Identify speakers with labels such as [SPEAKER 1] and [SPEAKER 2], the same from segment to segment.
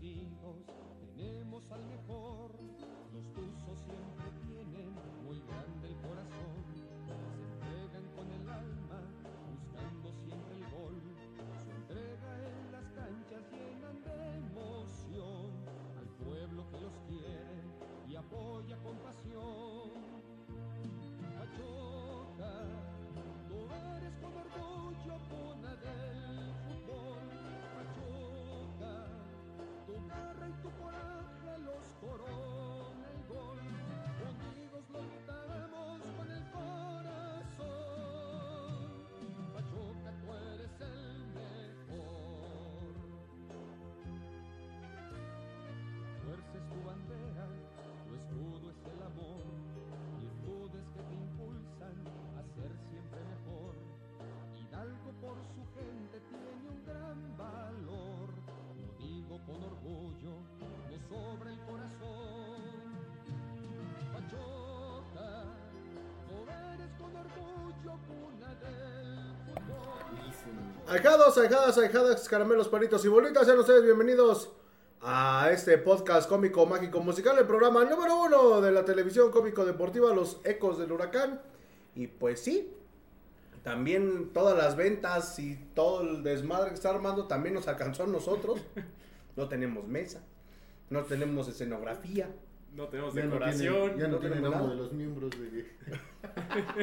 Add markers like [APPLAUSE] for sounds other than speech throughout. [SPEAKER 1] buenos, tenemos al mejor. Los tuzos siempre tienen muy grande el corazón, se entregan con el alma, buscando siempre el gol. Su entrega en las canchas llenan de emoción al pueblo que los quiere y apoya con pasión. Pachuca, tú eres con orgullo cuna del fútbol. Pachuca, tu garra y tu coraje los corona el gol. Unidos lo gritamos con el corazón. Pachuca, tú eres el mejor. Fuerza es tu bandera, tu escudo es el amor. Virtudes que te impulsan a ser siempre mejor. Hidalgo por su gente tiene un gran valor. Lo digo con orgullo, me sobra el corazón. Pachuca, tú eres con orgullo cuna del fútbol.
[SPEAKER 2] Ajados, ajadas, ajadas, caramelos, palitos y bolitas, sean ustedes bienvenidos a este podcast cómico, mágico, musical, el programa número uno de la televisión cómico-deportiva, Los Ecos del Huracán. Y pues sí, también todas las ventas y todo el desmadre que está armando también nos alcanzó a
[SPEAKER 3] [LAUGHS]
[SPEAKER 2] nosotros. No tenemos mesa, no tenemos escenografía,
[SPEAKER 3] No tenemos
[SPEAKER 4] Ya no
[SPEAKER 3] decoración.
[SPEAKER 4] tiene- ya no
[SPEAKER 2] no
[SPEAKER 4] tiene
[SPEAKER 2] tenemos
[SPEAKER 4] nombre
[SPEAKER 2] nada.
[SPEAKER 4] de los miembros de.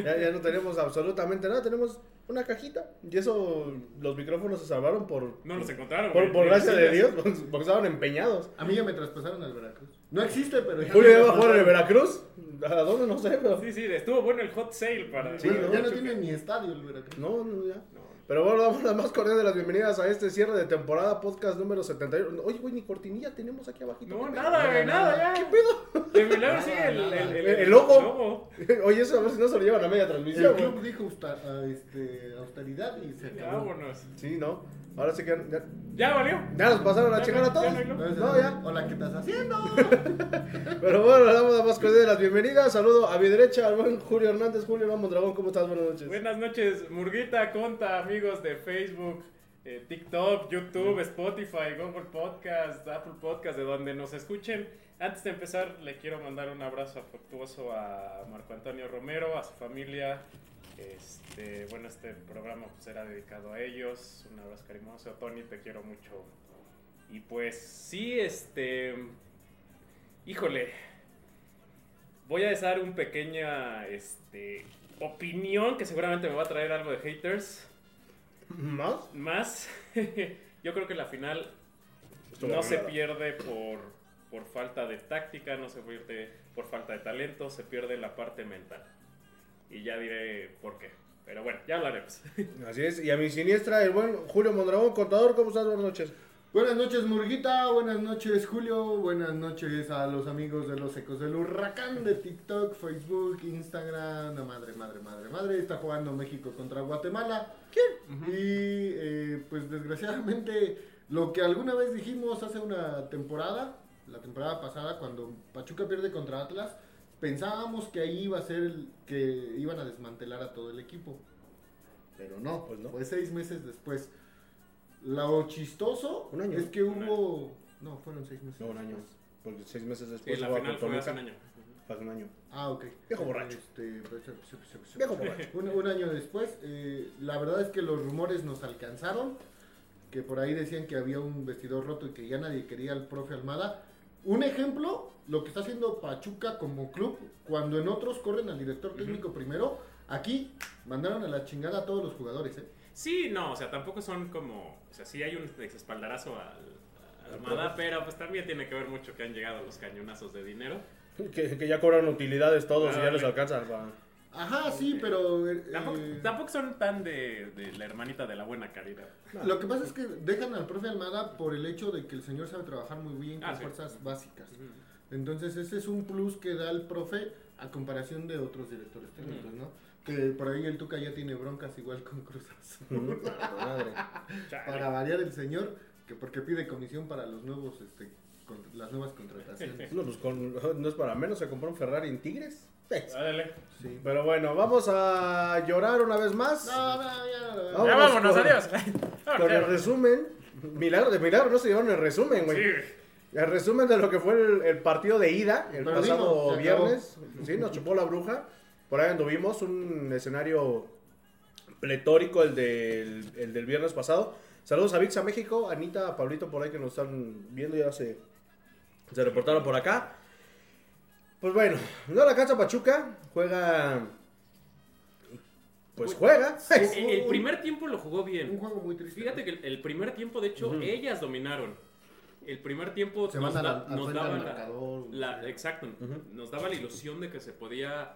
[SPEAKER 2] ya, ya no tenemos absolutamente nada, tenemos una cajita. Y eso, los micrófonos se salvaron por...
[SPEAKER 3] No nos encontraron.
[SPEAKER 2] Por,
[SPEAKER 3] güey.
[SPEAKER 2] por
[SPEAKER 3] Ni
[SPEAKER 2] gracia de
[SPEAKER 3] sillas.
[SPEAKER 2] Dios, porque estaban empeñados.
[SPEAKER 4] A mí ya me traspasaron al Veracruz. No existe, pero ya.
[SPEAKER 2] Julio
[SPEAKER 4] me
[SPEAKER 2] iba a jugar en el
[SPEAKER 4] traspasaron.
[SPEAKER 2] Veracruz. ¿A dónde? No sé, pero.
[SPEAKER 3] Sí, sí, estuvo bueno el hot sale para.
[SPEAKER 4] Sí,
[SPEAKER 3] para
[SPEAKER 4] pero ya no
[SPEAKER 3] Pachuca.
[SPEAKER 4] tiene ni estadio el Veracruz.
[SPEAKER 2] No, no, ya.
[SPEAKER 3] No.
[SPEAKER 2] Pero bueno, damos las más cordiales de las bienvenidas a este cierre de temporada, podcast número 71. Oye, güey, ni cortinilla tenemos aquí abajito.
[SPEAKER 3] No,
[SPEAKER 2] ¿Qué
[SPEAKER 3] nada, güey, nada, ya. ¿Qué
[SPEAKER 2] pedo?
[SPEAKER 3] De milagro
[SPEAKER 4] Nada,
[SPEAKER 3] sigue el,
[SPEAKER 4] nada.
[SPEAKER 3] el,
[SPEAKER 2] El logo.
[SPEAKER 3] logo.
[SPEAKER 2] [LAUGHS] Oye, eso a ver si no se lo llevan a media transmisión,
[SPEAKER 4] El club
[SPEAKER 2] güey.
[SPEAKER 4] dijo austa- a- este, austeridad y se
[SPEAKER 3] Ya,
[SPEAKER 4] acabó.
[SPEAKER 3] Vámonos.
[SPEAKER 2] Sí, no. Ahora sí que. Ya,
[SPEAKER 3] Ya valió.
[SPEAKER 2] ya nos pasaron a
[SPEAKER 3] Ya
[SPEAKER 2] chingar
[SPEAKER 3] no-
[SPEAKER 2] a todos.
[SPEAKER 3] ya no hay
[SPEAKER 4] No, es-
[SPEAKER 2] No, ya.
[SPEAKER 4] Hola, ¿qué estás haciendo?
[SPEAKER 2] Pero bueno, damos las más cordiales de las bienvenidas. Saludo a mi derecha al buen Julio Hernández. Julio Vamos Dragón, ¿cómo estás? Buenas noches.
[SPEAKER 3] Buenas noches, Murguita, Conta, amigos de Facebook, eh, TikTok, YouTube, Spotify, Google Podcast, Apple Podcast, de donde nos escuchen. Antes de empezar, le quiero mandar un abrazo afectuoso a Marco Antonio Romero, a su familia. Este, bueno, este programa pues, será dedicado a ellos. Un abrazo cariñoso. Tony, te quiero mucho. Y pues sí, este... Híjole, voy a dar un pequeña este, opinión que seguramente me va a traer algo de haters.
[SPEAKER 2] ¿Más?
[SPEAKER 3] Más, [LAUGHS] yo creo que la final
[SPEAKER 2] Estuvo
[SPEAKER 3] no
[SPEAKER 2] la
[SPEAKER 3] se
[SPEAKER 2] mierda.
[SPEAKER 3] pierde por, por falta de táctica, no se pierde por falta de talento, se pierde la parte mental. Y ya diré por qué. Pero bueno, ya hablaremos.
[SPEAKER 2] Así es, y a mi siniestra el buen Julio Mondragón, contador, ¿cómo estás? Buenas noches.
[SPEAKER 4] Buenas noches, Murguita. Buenas noches, Julio. Buenas noches a los amigos de los Ecos del Huracán de TikTok, Facebook, Instagram. No, madre, madre, madre, madre. Está jugando México contra Guatemala. ¿Quién? Y eh, pues desgraciadamente lo que alguna vez dijimos hace una temporada, la temporada pasada, cuando Pachuca pierde contra Atlas, pensábamos que ahí iba a ser el- que iban a desmantelar a todo el equipo. Pero no,
[SPEAKER 2] Pues
[SPEAKER 4] pues
[SPEAKER 2] no.
[SPEAKER 4] seis meses después. Lo chistoso
[SPEAKER 2] Un año.
[SPEAKER 4] es que
[SPEAKER 3] Un
[SPEAKER 4] hubo. No, fueron seis meses.
[SPEAKER 2] No, un año,
[SPEAKER 4] después.
[SPEAKER 2] porque seis meses
[SPEAKER 3] Y
[SPEAKER 2] después
[SPEAKER 3] la
[SPEAKER 2] jugaba
[SPEAKER 3] final
[SPEAKER 2] Pues con
[SPEAKER 3] fue hace un
[SPEAKER 2] Toluca.
[SPEAKER 3] año.
[SPEAKER 2] Fue hace un año.
[SPEAKER 4] Ah, ok.
[SPEAKER 2] Viejo borracho.
[SPEAKER 4] Este, pues, pues, pues, pues, pues,
[SPEAKER 2] Viejo borracho.
[SPEAKER 4] un, un año después, eh, la verdad es que los rumores nos alcanzaron. Que por ahí decían que había un vestidor roto y que ya nadie quería al profe Almada. Un ejemplo, lo que está haciendo Pachuca como club, cuando en otros corren al director técnico primero, aquí mandaron a la chingada a todos los jugadores. ¿eh?
[SPEAKER 3] Sí, no, o sea, tampoco son como. O sea, sí hay un espaldarazo al. a Almada, pero pues también tiene que ver mucho que han llegado los cañonazos de dinero.
[SPEAKER 2] [LAUGHS] Que, que ya cobran utilidades todos y
[SPEAKER 3] Ah,
[SPEAKER 2] ya les
[SPEAKER 3] güey.
[SPEAKER 2] alcanza para...
[SPEAKER 4] Ajá, sí, pero... eh,
[SPEAKER 3] Tampoco,
[SPEAKER 4] eh,
[SPEAKER 3] tampoco son tan de, de la hermanita de la buena caridad.
[SPEAKER 4] Lo que pasa es que dejan al profe Almada por el hecho de que el señor sabe trabajar muy bien con
[SPEAKER 3] Ah, sí.
[SPEAKER 4] fuerzas básicas. Entonces, ese es un plus que da el profe a comparación de otros directores técnicos, ¿no? Que por ahí el Tuca ya tiene broncas igual con Cruz
[SPEAKER 3] [LAUGHS]
[SPEAKER 4] Azul.
[SPEAKER 2] Madre.
[SPEAKER 3] Chale.
[SPEAKER 4] Para variar el señor, que porque pide comisión para los nuevos, este, con- las
[SPEAKER 3] [LAUGHS]
[SPEAKER 4] nuevas contrataciones.
[SPEAKER 2] No, pues con- [LAUGHS] no es para menos, se compró un Ferrari en Tigres. Eh,
[SPEAKER 3] Ándale.
[SPEAKER 4] Sí.
[SPEAKER 2] Pero bueno, vamos a llorar una vez más.
[SPEAKER 4] No, no, ya, no,
[SPEAKER 2] Vamos
[SPEAKER 3] ya vámonos,
[SPEAKER 2] con-
[SPEAKER 3] adiós.
[SPEAKER 2] [LAUGHS]
[SPEAKER 3] Ah,
[SPEAKER 2] Con el
[SPEAKER 3] claro.
[SPEAKER 4] pues,
[SPEAKER 2] resumen. Milagro de milagro, no se llevaron el resumen, güey.
[SPEAKER 3] Sí,
[SPEAKER 2] El resumen de lo que fue el, el partido de ida, el
[SPEAKER 4] Perdimos, se
[SPEAKER 2] pasado
[SPEAKER 4] acabó.
[SPEAKER 2] viernes. Sí, nos chupó la bruja. Por ahí anduvimos, un escenario pletórico, el del, el del viernes pasado. Saludos a Vix a México, Anita, a Pablito por ahí que nos están viendo, ya se, se reportaron por acá. Pues bueno, no la casa Pachuca, juega. Pues juega. [LAUGHS]
[SPEAKER 3] El, el primer tiempo lo jugó
[SPEAKER 4] Un
[SPEAKER 3] bien.
[SPEAKER 4] juego muy triste.
[SPEAKER 3] Fíjate que el, el primer tiempo, de hecho, ellas dominaron. El primer tiempo
[SPEAKER 4] Se
[SPEAKER 3] nos,
[SPEAKER 4] van
[SPEAKER 3] da-
[SPEAKER 4] al- al
[SPEAKER 3] nos
[SPEAKER 4] frente
[SPEAKER 3] daba
[SPEAKER 4] al
[SPEAKER 3] la-
[SPEAKER 4] marcador.
[SPEAKER 3] la- exacto, nos daba la ilusión de que se podía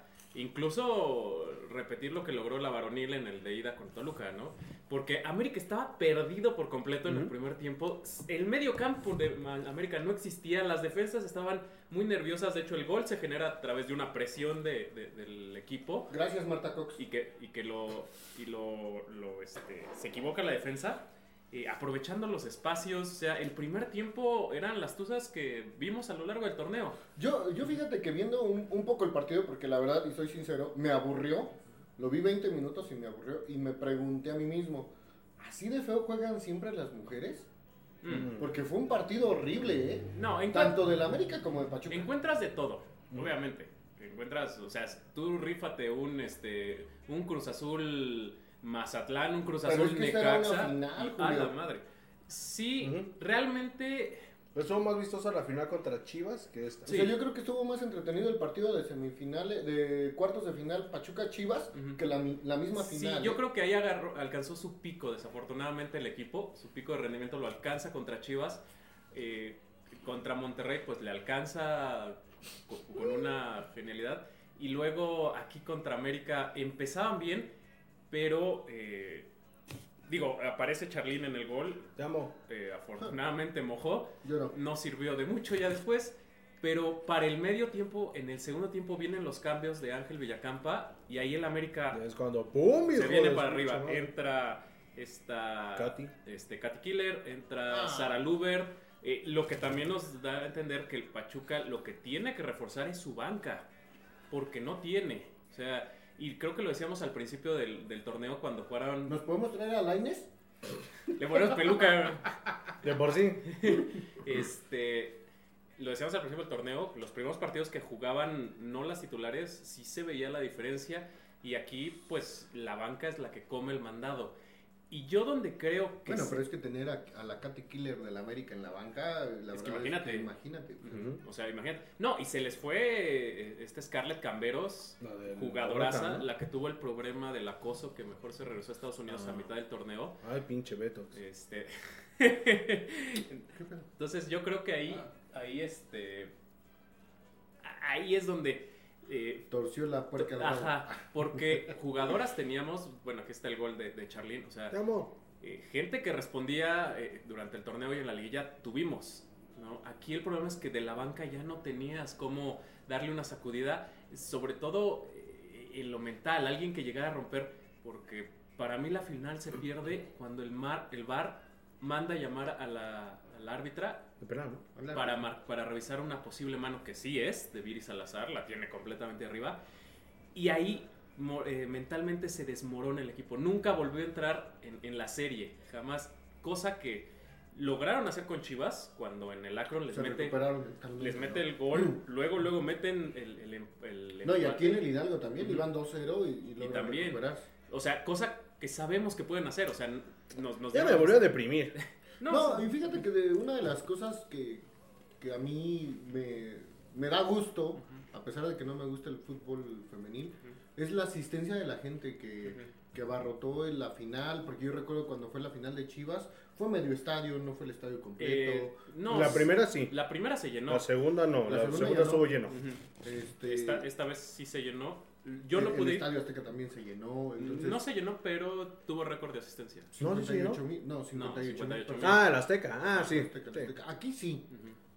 [SPEAKER 3] incluso repetir lo que logró la varonil en el de ida con Toluca, ¿no? Porque América estaba perdido por completo en el primer tiempo. El medio campo de Ma- América no existía, las defensas estaban muy nerviosas. De hecho, el gol se genera a través de una presión de- de- del equipo
[SPEAKER 4] Gracias, Marta Cox.
[SPEAKER 3] y que, y que lo, y lo, lo, este, se equivoca la defensa, eh, aprovechando los espacios. O sea, el primer tiempo eran las tuzas que vimos a lo largo del torneo.
[SPEAKER 4] Yo, yo fíjate que viendo un, un poco el partido, porque la verdad, y soy sincero, me aburrió. Lo vi 20 minutos y me aburrió. Y me pregunté a mí mismo, ¿así de feo juegan siempre las mujeres?
[SPEAKER 3] Mm.
[SPEAKER 4] Porque fue un partido horrible, ¿eh?
[SPEAKER 3] No, encu-
[SPEAKER 4] Tanto Mm. del América como de Pachuca.
[SPEAKER 3] encuentras de todo, obviamente. Encuentras, o sea, tú rífate un, este, un Cruz Azul Mazatlán, un Cruz
[SPEAKER 4] Pero
[SPEAKER 3] Azul
[SPEAKER 4] es que esta era una
[SPEAKER 3] Necaxa.
[SPEAKER 4] final,
[SPEAKER 3] y- a
[SPEAKER 4] Julio.
[SPEAKER 3] la madre. Sí,
[SPEAKER 2] Ujú.
[SPEAKER 3] realmente
[SPEAKER 2] Estuvo más vistosa la final contra Chivas que esta.
[SPEAKER 4] O sea,
[SPEAKER 3] sí.
[SPEAKER 4] yo creo que estuvo más entretenido el partido de semifinales, de cuartos de final Pachuca-Chivas
[SPEAKER 3] Ujú.
[SPEAKER 4] que la, mi- la misma
[SPEAKER 3] Sí,
[SPEAKER 4] final.
[SPEAKER 3] yo
[SPEAKER 4] ¿eh?
[SPEAKER 3] creo que ahí agarró- alcanzó su pico, desafortunadamente el equipo, su pico de rendimiento lo alcanza contra Chivas, eh, contra Monterrey pues le alcanza co- con, una genialidad y luego aquí contra América empezaban bien, pero eh, digo, aparece Charlín en el gol,
[SPEAKER 2] Te amo.
[SPEAKER 3] eh, afortunadamente mojó,
[SPEAKER 4] Yo no.
[SPEAKER 3] no sirvió de mucho ya después. Pero para el medio tiempo, en el segundo tiempo vienen los cambios de Ángel Villacampa y ahí el América
[SPEAKER 2] Es cuando ¡pum! hijo
[SPEAKER 3] se viene
[SPEAKER 2] de
[SPEAKER 3] para
[SPEAKER 2] su
[SPEAKER 3] arriba.
[SPEAKER 2] chaval.
[SPEAKER 3] Entra esta.
[SPEAKER 2] Katy.
[SPEAKER 3] Este, Katy Killer, entra
[SPEAKER 4] Ah.
[SPEAKER 3] Sara Luber. eh, lo que también nos da a entender que el Pachuca lo que tiene que reforzar es su banca. Porque no tiene. O sea, y creo que lo decíamos al principio del, del torneo cuando jugaron.
[SPEAKER 4] ¿Nos podemos traer a Laines?
[SPEAKER 3] Le ponemos peluca.
[SPEAKER 2] De por sí.
[SPEAKER 3] Este, lo decíamos al principio del torneo, los primeros partidos que jugaban no las titulares, sí se veía la diferencia. Y aquí, pues, la banca es la que come el mandado. Y yo donde creo que...
[SPEAKER 4] Bueno,
[SPEAKER 3] sí-
[SPEAKER 4] pero es que tener a, a la Katy Killer del América en la banca, eh, la
[SPEAKER 3] Es que
[SPEAKER 4] verdad es
[SPEAKER 3] imagínate.
[SPEAKER 4] imagínate.
[SPEAKER 2] Ujú.
[SPEAKER 3] O sea, imagínate. No, y se les fue eh, esta Scarlett Camberos,
[SPEAKER 2] La del-
[SPEAKER 3] jugadoraza,
[SPEAKER 2] Roca, ¿no?
[SPEAKER 3] la que tuvo el problema del acoso, que mejor se regresó a Estados Unidos
[SPEAKER 4] Ah.
[SPEAKER 3] a mitad del torneo.
[SPEAKER 2] Ay, pinche Beto.
[SPEAKER 3] Este...
[SPEAKER 4] ¿Qué pedo? Ah.
[SPEAKER 3] Entonces yo creo que ahí, ahí este, ahí es donde eh,
[SPEAKER 4] Torció la puerca. al lado.
[SPEAKER 3] Ajá, porque jugadoras teníamos, bueno, aquí está el gol de, de Charlín, o sea,
[SPEAKER 2] Te amo.
[SPEAKER 3] eh, gente que respondía eh, durante el torneo y en la liguilla tuvimos, ¿no? Aquí el problema es que de la banca ya no tenías cómo darle una sacudida, sobre todo eh, en lo mental, alguien que llegara a romper, porque para mí la final se pierde cuando el, mar, el bar manda llamar a la, a la árbitra
[SPEAKER 2] De penal, ¿no?
[SPEAKER 4] Hablar.
[SPEAKER 3] para, mar- para revisar una posible mano que sí es de Viri Salazar, la tiene completamente arriba. Y ahí mo- eh, mentalmente se desmorona el equipo. Nunca volvió a entrar en, en la serie, jamás. Cosa que lograron hacer con Chivas cuando en el Akron les
[SPEAKER 4] Se
[SPEAKER 3] mete,
[SPEAKER 4] recuperaron. Carlos.
[SPEAKER 3] les mete el
[SPEAKER 4] [CLEARS THROAT]
[SPEAKER 3] gol, luego, luego meten el, el em- el
[SPEAKER 4] No, y
[SPEAKER 3] empate.
[SPEAKER 4] aquí en el Hidalgo también
[SPEAKER 3] Ujú.
[SPEAKER 4] iban 2-0 y, y lograron
[SPEAKER 3] también.
[SPEAKER 4] recuperarse.
[SPEAKER 3] O sea, cosa que sabemos que pueden hacer. O sea, n- nos, nos
[SPEAKER 2] Ya me
[SPEAKER 3] dieron-
[SPEAKER 2] volvió a deprimir.
[SPEAKER 3] No,
[SPEAKER 4] No, y fíjate que de una de las cosas que, que a mí me, me da gusto, a pesar de que no me gusta el fútbol femenil, es la asistencia de la gente que,
[SPEAKER 3] Ujú.
[SPEAKER 4] que abarrotó en la final, porque yo recuerdo cuando fue la final de Chivas, fue medio estadio, no fue el estadio completo.
[SPEAKER 3] eh, no,
[SPEAKER 2] la primera sí.
[SPEAKER 3] la primera se llenó.
[SPEAKER 2] La segunda no.
[SPEAKER 4] La
[SPEAKER 2] La,
[SPEAKER 4] segunda
[SPEAKER 2] segunda,
[SPEAKER 4] ya no.
[SPEAKER 2] estuvo lleno.
[SPEAKER 3] Ujú.
[SPEAKER 4] este,
[SPEAKER 3] Esta, esta vez sí se llenó. Eh, Yo
[SPEAKER 4] el-
[SPEAKER 3] no pude
[SPEAKER 4] El
[SPEAKER 3] ir. Mm,
[SPEAKER 4] estadio Azteca también se llenó, entonces...
[SPEAKER 3] No se llenó, pero tuvo récord de asistencia.
[SPEAKER 2] No, sí se llenó.
[SPEAKER 4] 58 mil- no, 58 mil
[SPEAKER 3] 58 mil.
[SPEAKER 4] personas.
[SPEAKER 2] Ah, el Azteca. Ah, sí.
[SPEAKER 4] Azteca,
[SPEAKER 2] Sí.
[SPEAKER 4] Azteca. Aquí sí.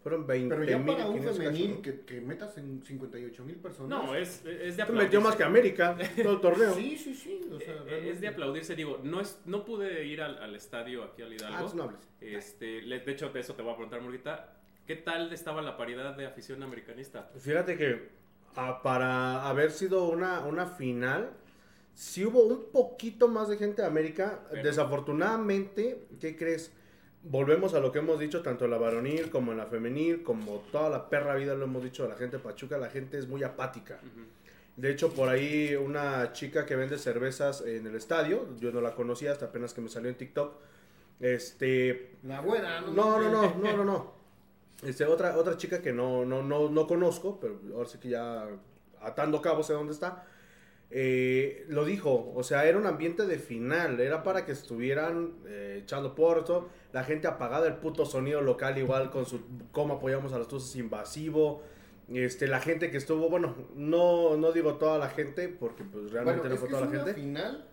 [SPEAKER 2] Fueron 20
[SPEAKER 4] Pero ya
[SPEAKER 2] mil.
[SPEAKER 4] para un femenil que, que metas en 58 mil personas.
[SPEAKER 3] No, es, es de
[SPEAKER 2] Te
[SPEAKER 3] aplaudirse.
[SPEAKER 2] metió más que América. Todo el torneo.
[SPEAKER 4] Sí, sí, sí. o
[SPEAKER 3] Eh,
[SPEAKER 4] sea,
[SPEAKER 3] Es
[SPEAKER 4] realmente.
[SPEAKER 3] de aplaudirse, digo, no, es, no pude ir al, al estadio aquí al
[SPEAKER 2] Ah,
[SPEAKER 3] Hidalgo.
[SPEAKER 2] pues no hables.
[SPEAKER 3] este, le- de hecho, de eso te voy a preguntar, Murguita. ¿Qué tal estaba la paridad de afición americanista?
[SPEAKER 4] Pues,
[SPEAKER 2] Fíjate que ah, para haber sido una, una final, sí hubo un poquito más de gente de América.
[SPEAKER 3] Pero-
[SPEAKER 2] Desafortunadamente, ¿qué crees? volvemos a lo que hemos dicho, tanto en la varonil como en la femenil, como toda la perra vida lo hemos dicho a la gente de Pachuca, la gente es muy apática. De hecho, por ahí una chica que vende cervezas en el estadio, yo no la conocía hasta apenas que me salió en TikTok. Este,
[SPEAKER 4] La buena, ¿no?
[SPEAKER 2] no, no, no, no, no, no. Este, otra, otra chica que no, no, no, no conozco, pero ahora sí que ya atando cabos sé dónde está. eh, lo dijo, o sea, era un ambiente de final, era para que estuvieran eh, echando porto, la gente apagada, el puto sonido local igual con su cómo apoyamos a los tuzos invasivo, este, la gente que estuvo, bueno, no, no digo toda la gente, porque pues realmente
[SPEAKER 4] Bueno,
[SPEAKER 2] no
[SPEAKER 4] es
[SPEAKER 2] fue
[SPEAKER 4] que es
[SPEAKER 2] toda la
[SPEAKER 4] una
[SPEAKER 2] gente.
[SPEAKER 4] final,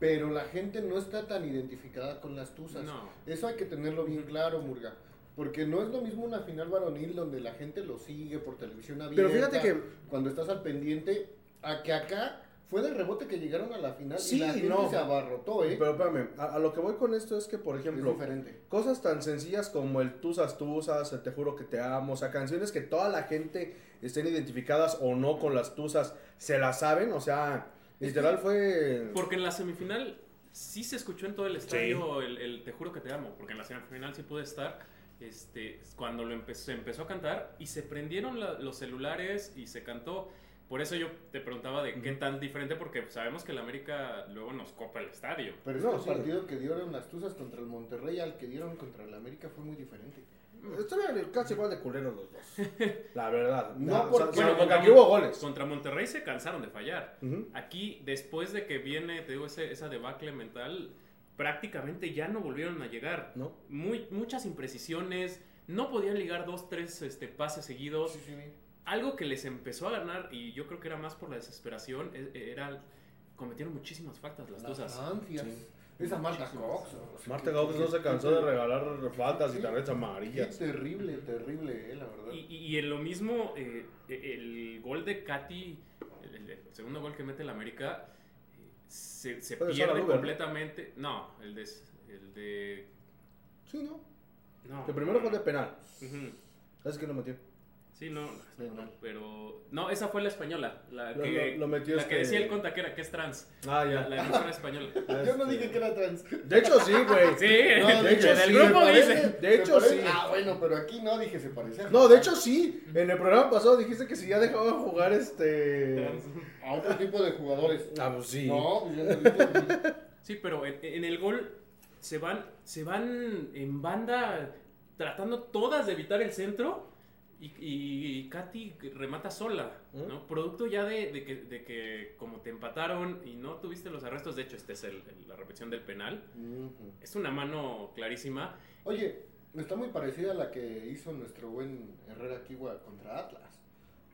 [SPEAKER 4] pero la gente no está tan identificada con las tuzas.
[SPEAKER 3] No.
[SPEAKER 4] Eso hay que tenerlo bien claro, Murga. Porque no es lo mismo una final varonil donde la gente lo sigue por televisión abierta.
[SPEAKER 2] Pero fíjate que-
[SPEAKER 4] Cuando estás al pendiente, a que acá fue de rebote que llegaron a la final
[SPEAKER 2] Sí,
[SPEAKER 4] y la gente
[SPEAKER 2] no.
[SPEAKER 4] se abarrotó, ¿eh?
[SPEAKER 2] Pero espérame, a, a lo que voy con esto es que, por ejemplo,
[SPEAKER 4] es diferente.
[SPEAKER 2] Cosas tan sencillas como el Tusas Tusas, el Te juro que te amo, o sea, canciones que toda la gente estén identificadas o no con las Tusas, se las saben, o sea, literal fue...
[SPEAKER 3] Porque en la semifinal sí se escuchó en todo el estadio el, el Te juro que te amo, porque en la semifinal sí pude estar. Este, cuando lo empezó, se empezó a cantar y se prendieron la- los celulares y se cantó. Por eso yo te preguntaba de qué tan diferente, porque sabemos que el América luego nos copa el estadio.
[SPEAKER 4] Pero es
[SPEAKER 2] No,
[SPEAKER 4] que el
[SPEAKER 2] sí.
[SPEAKER 4] partido que dieron las tuzas contra el Monterrey al que dieron contra el América fue muy diferente.
[SPEAKER 2] Estuvieron casi igual de culeros los dos, la verdad.
[SPEAKER 4] No,
[SPEAKER 2] La-
[SPEAKER 4] porque-
[SPEAKER 2] bueno, porque
[SPEAKER 3] contra
[SPEAKER 2] aquí
[SPEAKER 3] Mon-
[SPEAKER 2] hubo goles.
[SPEAKER 3] Contra Monterrey se cansaron de fallar.
[SPEAKER 2] Ujú.
[SPEAKER 3] Aquí, después de que viene, te digo, ese- esa debacle mental, prácticamente ya no volvieron a llegar.
[SPEAKER 2] ¿No?
[SPEAKER 3] Muy, muchas imprecisiones, no podían ligar dos, tres este, pases seguidos.
[SPEAKER 4] Oh, Sí, sí, sí.
[SPEAKER 3] Algo que les empezó a ganar, y yo creo que era más por la desesperación, e- era. Cometieron muchísimas faltas las
[SPEAKER 4] Las
[SPEAKER 3] cosas.
[SPEAKER 4] ansias. Esa Marta Cox. oh, o sea,
[SPEAKER 2] Marta
[SPEAKER 4] que-
[SPEAKER 2] Gómez no
[SPEAKER 4] que-
[SPEAKER 2] se cansó de regalar faltas y tarjetas
[SPEAKER 4] Qué
[SPEAKER 2] amarillas.
[SPEAKER 4] terrible, terrible, eh, la verdad.
[SPEAKER 3] Y, y- y en lo mismo, eh, el gol de Katy, el, el- el segundo gol que mete el América, eh, se, se
[SPEAKER 2] Puede ser la
[SPEAKER 3] pierde
[SPEAKER 2] Luber.
[SPEAKER 3] completamente. No, el de. El de
[SPEAKER 2] Sí, ¿no?
[SPEAKER 3] no.
[SPEAKER 2] El primero fue de penal,
[SPEAKER 3] Ujú.
[SPEAKER 2] así que lo metió.
[SPEAKER 3] Sí, no,
[SPEAKER 4] Pero no.
[SPEAKER 3] pero. No, esa fue la española. La
[SPEAKER 2] Lo-
[SPEAKER 3] que,
[SPEAKER 2] lo- lo metió
[SPEAKER 3] la que
[SPEAKER 2] este-
[SPEAKER 3] decía el conta que era, que es trans.
[SPEAKER 2] Ah,
[SPEAKER 3] La, la
[SPEAKER 2] [LAUGHS]
[SPEAKER 3] emisora española.
[SPEAKER 4] Yo no dije que era trans.
[SPEAKER 2] este, De hecho sí, güey.
[SPEAKER 3] [LAUGHS] Sí,
[SPEAKER 4] No,
[SPEAKER 2] de
[SPEAKER 3] en
[SPEAKER 2] hecho
[SPEAKER 3] el
[SPEAKER 2] sí,
[SPEAKER 3] grupo
[SPEAKER 2] me
[SPEAKER 3] dice.
[SPEAKER 2] parece. De
[SPEAKER 4] ¿Se
[SPEAKER 2] hecho,
[SPEAKER 4] parece?
[SPEAKER 2] sí.
[SPEAKER 4] Ah, bueno, pero aquí no dije se parecía.
[SPEAKER 2] No, de hecho sí. En el programa pasado dijiste que si ya dejaba jugar este.
[SPEAKER 4] A otro tipo de jugadores.
[SPEAKER 2] Ah, pues sí.
[SPEAKER 4] No, pues yo no dije.
[SPEAKER 3] Sí, pero en, en el gol se van, se van en banda tratando todas de evitar el centro y, y, y Katy remata sola, ¿no? Producto ya de, de que, de que como te empataron y no tuviste los arrestos, de hecho este es el- el- la repetición del penal,
[SPEAKER 4] Ujú.
[SPEAKER 3] es una mano clarísima.
[SPEAKER 4] Oye, está muy parecida a la que hizo nuestro buen Herrera Kiwa contra Atlas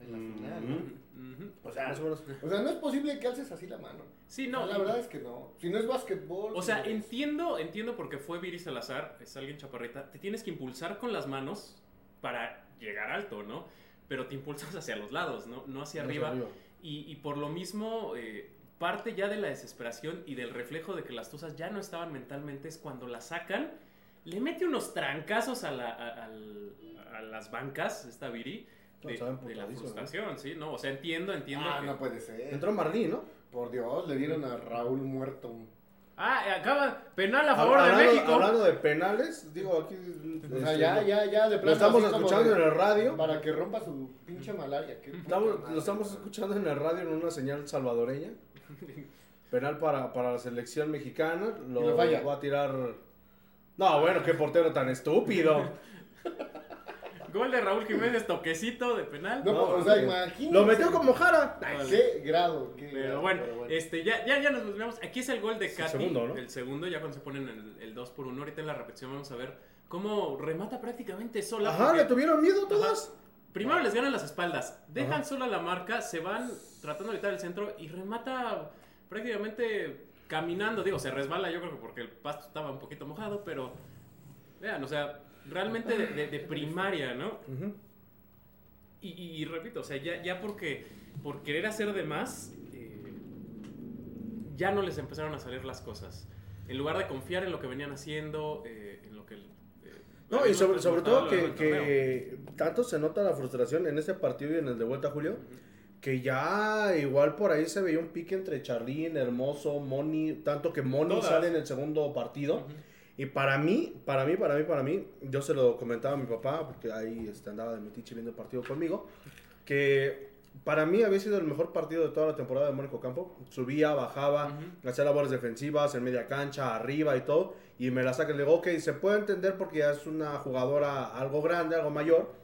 [SPEAKER 4] en la
[SPEAKER 2] Mm.
[SPEAKER 4] final. ¿no?
[SPEAKER 3] Ujú.
[SPEAKER 4] O sea,
[SPEAKER 2] Más o menos.
[SPEAKER 4] o sea, no es posible que alces así la mano.
[SPEAKER 3] Sí, no.
[SPEAKER 4] la verdad es que no. Si no es pues, básquetbol.
[SPEAKER 3] O sea,
[SPEAKER 4] no es-
[SPEAKER 3] entiendo, entiendo porque fue Viri Salazar, es alguien chaparrita, te tienes que impulsar con las manos para llegar alto, ¿no? Pero te impulsas hacia los lados, ¿no? No hacia arriba. Y, y por lo mismo, eh, parte ya de la desesperación y del reflejo de que las tuzas ya no estaban mentalmente es cuando la sacan, le mete unos trancazos a, la- a- al- a las bancas, esta Viri,
[SPEAKER 2] No,
[SPEAKER 3] de,
[SPEAKER 2] estaba
[SPEAKER 3] de
[SPEAKER 2] emputadísimo,
[SPEAKER 3] la
[SPEAKER 2] ¿no? pues.
[SPEAKER 3] frustración, ¿sí? No, o sea, entiendo, entiendo.
[SPEAKER 4] Ah,
[SPEAKER 3] que-
[SPEAKER 4] no puede ser.
[SPEAKER 2] Entró Marlí, ¿no?
[SPEAKER 4] Por Dios, le dieron a Raúl muerto.
[SPEAKER 3] Ah, eh, acaba, penal a favor
[SPEAKER 2] Hablando-
[SPEAKER 3] de México.
[SPEAKER 2] Hablando de penales, digo aquí. este,
[SPEAKER 4] O sea, ya, ya, ya, de
[SPEAKER 2] Lo
[SPEAKER 4] plano.
[SPEAKER 2] estamos
[SPEAKER 4] así como
[SPEAKER 2] escuchando en
[SPEAKER 4] de-
[SPEAKER 2] el radio.
[SPEAKER 4] Para que rompa su pinche malaria. qué puta
[SPEAKER 2] Estamos-
[SPEAKER 4] madre,
[SPEAKER 2] lo estamos
[SPEAKER 4] ¿no?
[SPEAKER 2] escuchando en el radio en una señal
[SPEAKER 4] [LAUGHS]
[SPEAKER 2] salvadoreña. Penal para, para la selección mexicana. Lo,
[SPEAKER 4] Y lo falla.
[SPEAKER 2] va a tirar. No, bueno, qué portero tan estúpido.
[SPEAKER 4] [LAUGHS]
[SPEAKER 3] Gol de Raúl Jiménez, toquecito de penal.
[SPEAKER 4] No,
[SPEAKER 2] No,
[SPEAKER 4] o sea,
[SPEAKER 2] sí.
[SPEAKER 4] imagínate.
[SPEAKER 2] Lo metió como Jara.
[SPEAKER 4] Ay, ¿Qué grado? qué
[SPEAKER 3] Pero
[SPEAKER 4] grado,
[SPEAKER 3] bueno, este, ya, ya, ya nos volvemos. Aquí es el gol de
[SPEAKER 2] Es el
[SPEAKER 3] Katy.
[SPEAKER 2] segundo, ¿no?
[SPEAKER 3] El segundo, ya cuando se ponen el, el 2 por 1 Ahorita en la repetición vamos a ver cómo remata prácticamente sola.
[SPEAKER 2] Ajá,
[SPEAKER 3] porque
[SPEAKER 2] le tuvieron miedo todas.
[SPEAKER 3] Primero les ganan las espaldas, dejan
[SPEAKER 2] Ajá.
[SPEAKER 3] sola la marca, se van tratando de evitar el centro y remata prácticamente caminando. Digo, se resbala yo creo que porque el pasto estaba un poquito mojado, pero vean, o sea, realmente de, de- de primaria, ¿no?
[SPEAKER 2] Ujú.
[SPEAKER 3] Y, y- y repito, o sea, ya, ya porque por querer hacer de más, eh, ya no les empezaron a salir las cosas. En lugar de confiar en lo que venían haciendo, eh, en lo que... eh,
[SPEAKER 2] No, y
[SPEAKER 3] habían
[SPEAKER 2] sobre, sobre
[SPEAKER 3] reportado
[SPEAKER 2] todo
[SPEAKER 3] a lo largo
[SPEAKER 2] que,
[SPEAKER 3] del torneo.
[SPEAKER 2] que tanto se nota la frustración en este partido y en el de vuelta, Julio, que ya igual por ahí se veía un pique entre Charlín, Hermoso, Moni, tanto que Moni
[SPEAKER 3] Todas.
[SPEAKER 2] sale en el segundo partido. Y para mí, para mí, para mí, para mí, yo se lo comentaba a mi papá, porque ahí este, andaba de metiche viendo el partido conmigo, que para mí había sido el mejor partido de toda la temporada de Mónico Campo. Subía, bajaba, hacía labores defensivas, en media cancha, arriba y todo, y me la saca y le digo, ok, se puede entender porque ya es una jugadora algo grande, algo mayor,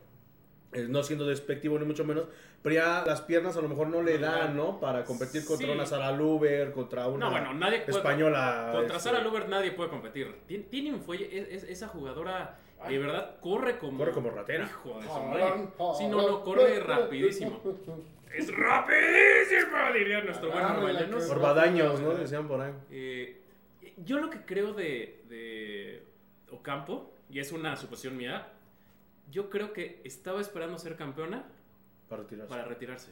[SPEAKER 2] eh, no siendo despectivo ni mucho menos, pero ya las piernas a lo mejor no le
[SPEAKER 3] No le
[SPEAKER 2] dan,
[SPEAKER 3] dan.
[SPEAKER 2] ¿no? Para competir contra
[SPEAKER 3] Sí.
[SPEAKER 2] una Sara Luber, contra una
[SPEAKER 3] No, bueno, nadie puede-
[SPEAKER 2] española.
[SPEAKER 3] Contra
[SPEAKER 2] este,
[SPEAKER 3] Sara Lubert nadie puede competir. Tien- Tiene un fuelle, es- es- esa jugadora de verdad corre como.
[SPEAKER 2] Corre como ratera.
[SPEAKER 3] Hijo de su madre. Sí, no, no, corre
[SPEAKER 4] [LAUGHS]
[SPEAKER 3] rapidísimo. ¡Es rapidísimo! Diría nuestro buen
[SPEAKER 4] Agárrala,
[SPEAKER 3] Orbañanos.
[SPEAKER 4] que-
[SPEAKER 2] Orbadaños, ¿no? Decían por ahí.
[SPEAKER 3] Eh, yo lo que creo de, de Ocampo, y es una suposición mía, yo creo que estaba esperando ser campeona
[SPEAKER 2] Para retirarse.
[SPEAKER 3] para retirarse.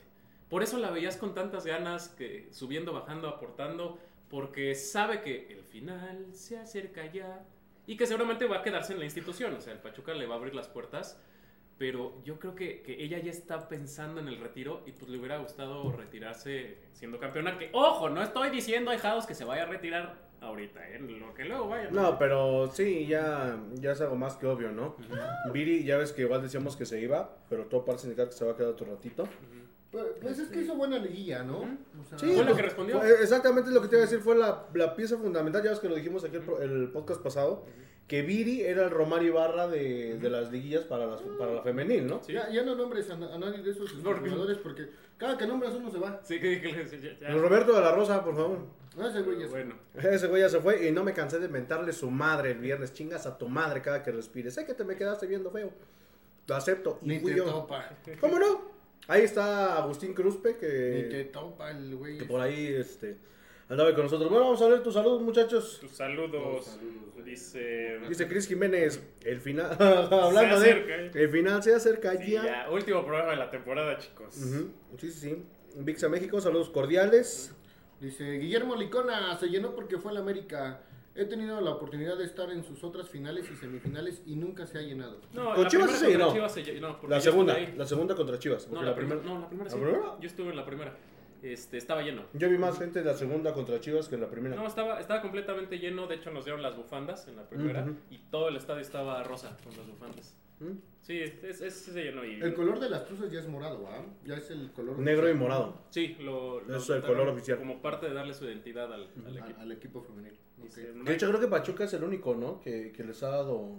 [SPEAKER 3] Por eso la veías con tantas ganas, que subiendo, bajando, aportando, porque sabe que el final se acerca ya y que seguramente va a quedarse en la institución. O sea, el Pachuca le va a abrir las puertas, pero yo creo que, que ella ya está pensando en el retiro y pues le hubiera gustado retirarse siendo campeona. Que, ojo, no estoy diciendo a Jados que se vaya a retirar ahorita, ¿eh? lo que luego vaya.
[SPEAKER 2] No, pero sí, ya, ya es algo más que obvio, ¿no? Viri, ya ves que igual decíamos que se iba, pero todo parece indicar que se va a quedar otro ratito.
[SPEAKER 4] Pues, pues es que hizo buena liguilla, ¿no? O sea,
[SPEAKER 3] Sí, Ah, Fue lo que respondió.
[SPEAKER 2] fue- exactamente lo que te iba a decir, fue la, la pieza fundamental, ya ves que lo dijimos aquí el, pro- el podcast pasado, que Viri era el Romario Ibarra de, de las liguillas para, las, para la femenil, ¿no?
[SPEAKER 3] Sí.
[SPEAKER 4] ya, ya no nombres a, na- a nadie de esos
[SPEAKER 3] Porque-
[SPEAKER 4] jugadores porque cada que nombras uno se va.
[SPEAKER 3] Sí, que, que- ya- ya.
[SPEAKER 2] El Roberto de la Rosa, por favor.
[SPEAKER 4] No, ese güey ya se-
[SPEAKER 3] Bueno,
[SPEAKER 2] Ese güey ya se fue y no me cansé de mentarle su madre el viernes. Chingas a tu madre cada que respires. Sé que te me quedaste viendo feo. Lo acepto. Y
[SPEAKER 4] Ni
[SPEAKER 2] fui
[SPEAKER 4] te
[SPEAKER 2] yo.
[SPEAKER 4] topa.
[SPEAKER 2] ¿Cómo no? Ahí está Agustín Cruzpe,
[SPEAKER 4] Ni te
[SPEAKER 2] que,
[SPEAKER 4] topa el güey.
[SPEAKER 2] que por ahí este, andaba con nosotros. Bueno, vamos a leer tus saludos, muchachos.
[SPEAKER 5] Tus saludos,
[SPEAKER 4] Saludos.
[SPEAKER 5] dice...
[SPEAKER 2] Dice Cris Jiménez, el final. [LAUGHS] hablando
[SPEAKER 5] acerca,
[SPEAKER 2] de.
[SPEAKER 5] eh.
[SPEAKER 2] El final se acerca
[SPEAKER 5] Sí,
[SPEAKER 2] ya.
[SPEAKER 5] ya, último programa de la temporada, chicos.
[SPEAKER 2] Ujú, Sí, sí, sí. Vixa México, saludos cordiales.
[SPEAKER 4] Dice Guillermo Licona, se llenó porque fue a la América. He tenido la oportunidad de estar en sus otras finales y semifinales y nunca se ha llenado.
[SPEAKER 3] no,
[SPEAKER 2] Con
[SPEAKER 3] la
[SPEAKER 2] Chivas
[SPEAKER 3] primera
[SPEAKER 2] sí,
[SPEAKER 3] contra
[SPEAKER 2] no.
[SPEAKER 3] Chivas se lle- no, porque
[SPEAKER 2] La
[SPEAKER 3] yo estuve
[SPEAKER 2] segunda,
[SPEAKER 3] ahí.
[SPEAKER 2] la segunda contra Chivas.
[SPEAKER 3] No,
[SPEAKER 2] porque
[SPEAKER 3] la,
[SPEAKER 2] la
[SPEAKER 3] primera.
[SPEAKER 2] primer-
[SPEAKER 3] No, la primera
[SPEAKER 2] ¿La
[SPEAKER 3] sí.
[SPEAKER 2] primera?
[SPEAKER 3] Yo estuve en la primera. Este, estaba lleno.
[SPEAKER 2] Yo vi más gente de la segunda contra Chivas que en la primera.
[SPEAKER 3] No, estaba, estaba completamente lleno. De hecho, nos dieron las bufandas en la primera.
[SPEAKER 2] Ujú.
[SPEAKER 3] Y todo el estadio estaba rosa con las bufandas.
[SPEAKER 2] ¿Mm?
[SPEAKER 3] Sí, es, es- es- se llenó. Y,
[SPEAKER 4] El color de las truzas ya es morado, ¿ah? Ya es el color
[SPEAKER 2] Negro y morado.
[SPEAKER 3] Sí, lo. lo
[SPEAKER 2] Es el
[SPEAKER 3] trataron
[SPEAKER 2] color oficial. Ah,
[SPEAKER 3] Como parte de darle su identidad al, al
[SPEAKER 4] al,
[SPEAKER 3] equipo.
[SPEAKER 4] al equipo femenil. Ok.
[SPEAKER 3] Dice,
[SPEAKER 2] De hecho, creo que Pachuca es el único, ¿no? Que, que les ha dado.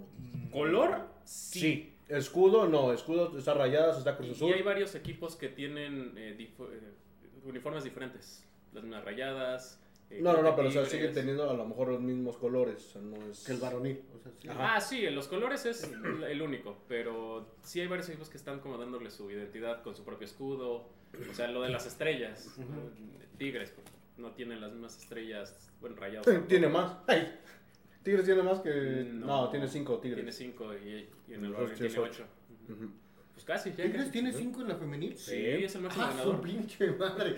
[SPEAKER 3] ¿Color?
[SPEAKER 2] Sí. Escudo, no. Escudo está rayadas, está Cruz
[SPEAKER 3] Y,
[SPEAKER 2] Azul.
[SPEAKER 3] y hay varios equipos que tienen eh, difo- eh, uniformes diferentes. Las mismas rayadas. eh,
[SPEAKER 2] No, no, no, pero o sea,
[SPEAKER 3] tigres.
[SPEAKER 2] siguen teniendo a lo mejor los mismos colores. o sea, no es...
[SPEAKER 4] Que el
[SPEAKER 2] [LAUGHS]
[SPEAKER 4] varonil. O sea, sí.
[SPEAKER 2] Ajá.
[SPEAKER 3] Ah, sí, en los colores es el único, pero sí hay varios equipos que están como dándole su identidad con su propio escudo, o sea, lo de las estrellas, Tigres, pues, no tienen las mismas estrellas, bueno, rayados. tampoco.
[SPEAKER 2] Tiene más. Ay. Tigres tiene más que. No,
[SPEAKER 3] No.
[SPEAKER 2] tiene cinco Tigres.
[SPEAKER 3] Tiene cinco y, y en
[SPEAKER 2] Los
[SPEAKER 3] el Barrio
[SPEAKER 2] tres
[SPEAKER 3] tiene
[SPEAKER 2] ocho.
[SPEAKER 3] ocho.
[SPEAKER 2] Ujú.
[SPEAKER 3] Pues casi, ya
[SPEAKER 4] ¿Tigres
[SPEAKER 3] casi.
[SPEAKER 4] tiene cinco en la femenil?
[SPEAKER 3] Sí, es el máximo
[SPEAKER 4] Ah, su
[SPEAKER 3] ganador.
[SPEAKER 4] pinche madre.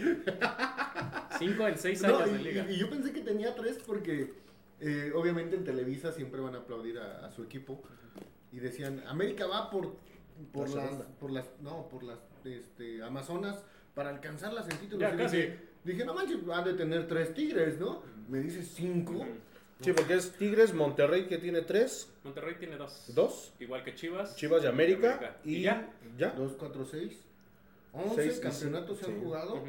[SPEAKER 3] Cinco en seis
[SPEAKER 4] No,
[SPEAKER 3] años de
[SPEAKER 4] y-
[SPEAKER 3] liga.
[SPEAKER 4] y, y yo pensé que tenía tres porque eh, obviamente en Televisa siempre van a aplaudir a, a su equipo y decían América va por por
[SPEAKER 2] La
[SPEAKER 4] las
[SPEAKER 2] segunda.
[SPEAKER 4] por las no por las este, Amazonas para alcanzarlas en títulos.
[SPEAKER 3] Ya
[SPEAKER 4] Y
[SPEAKER 3] casi.
[SPEAKER 4] Dije, dije, no manches, han de tener tres tigres, ¿no? Me dice cinco.
[SPEAKER 2] Sí, porque es Tigres, Monterrey que tiene tres,
[SPEAKER 3] Monterrey tiene dos.
[SPEAKER 2] dos.
[SPEAKER 3] Igual que Chivas.
[SPEAKER 2] Chivas de América. Y,
[SPEAKER 3] Y ya.
[SPEAKER 2] ya.
[SPEAKER 4] Dos, cuatro, seis. Once
[SPEAKER 2] Seis y
[SPEAKER 4] campeonatos se
[SPEAKER 2] cinco,
[SPEAKER 4] han
[SPEAKER 2] sí.
[SPEAKER 4] jugado
[SPEAKER 3] Ujú,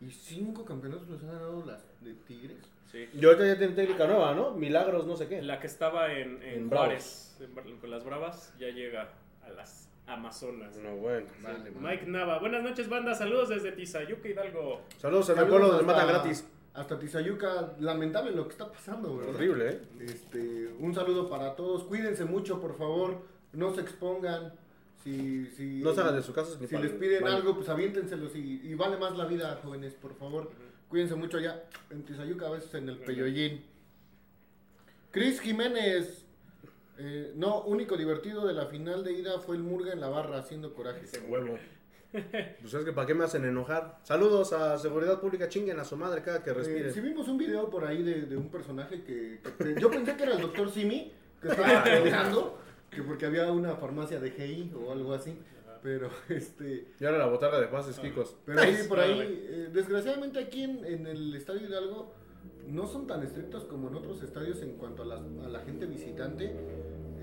[SPEAKER 4] y cinco campeonatos los han ganado las de tigres.
[SPEAKER 3] sí.
[SPEAKER 2] Y ahorita ya tiene técnica nueva, ¿no? Milagros, no sé qué.
[SPEAKER 3] La que estaba en, en
[SPEAKER 2] En
[SPEAKER 3] Juárez, en Bar- con las Bravas, ya llega a las Amazonas.
[SPEAKER 2] No, bueno.
[SPEAKER 4] Vale,
[SPEAKER 5] Mike Nava, buenas noches, banda. Saludos desde Tizayuca Hidalgo.
[SPEAKER 2] Saludos al
[SPEAKER 4] Saludos
[SPEAKER 2] pueblo del
[SPEAKER 4] hasta-
[SPEAKER 2] Mata Gratis.
[SPEAKER 4] Hasta Tizayuca, lamentable lo que está pasando, güey.
[SPEAKER 2] Horrible, ¿eh?
[SPEAKER 4] Este, un saludo para todos. Cuídense mucho, por favor. No se expongan. Si, si,
[SPEAKER 2] No salgan de su casa ni
[SPEAKER 4] Si
[SPEAKER 2] para
[SPEAKER 4] les
[SPEAKER 2] el
[SPEAKER 4] piden
[SPEAKER 2] baño.
[SPEAKER 4] algo, pues aviéntenselos. Y, y vale más la vida, jóvenes, por favor. Cuídense mucho allá en Tizayuca, a veces en el Peyoyín. Cris Jiménez. eh, no, único divertido de la final de ida fue el Murga en la barra haciendo coraje.
[SPEAKER 3] [LAUGHS]
[SPEAKER 2] Huevo. Pues es que para qué me hacen enojar. Saludos a Seguridad Pública, chinguen a su madre cada que
[SPEAKER 4] Eh, si
[SPEAKER 2] respiren.
[SPEAKER 4] vimos un video por ahí de, de un personaje que, que- yo pensé que era el doctor Simi, que
[SPEAKER 2] Ah,
[SPEAKER 4] estaba peleando, que porque había una farmacia de GI o algo así, pero este,
[SPEAKER 2] Y ahora la
[SPEAKER 3] Ah.
[SPEAKER 2] botarga de pases, Kikos.
[SPEAKER 4] pero sí, por ahí,
[SPEAKER 3] Órale.
[SPEAKER 4] eh, desgraciadamente aquí en, en el Estadio Hidalgo no son tan estrictos como en otros estadios en cuanto a, las- a la gente visitante. Eh,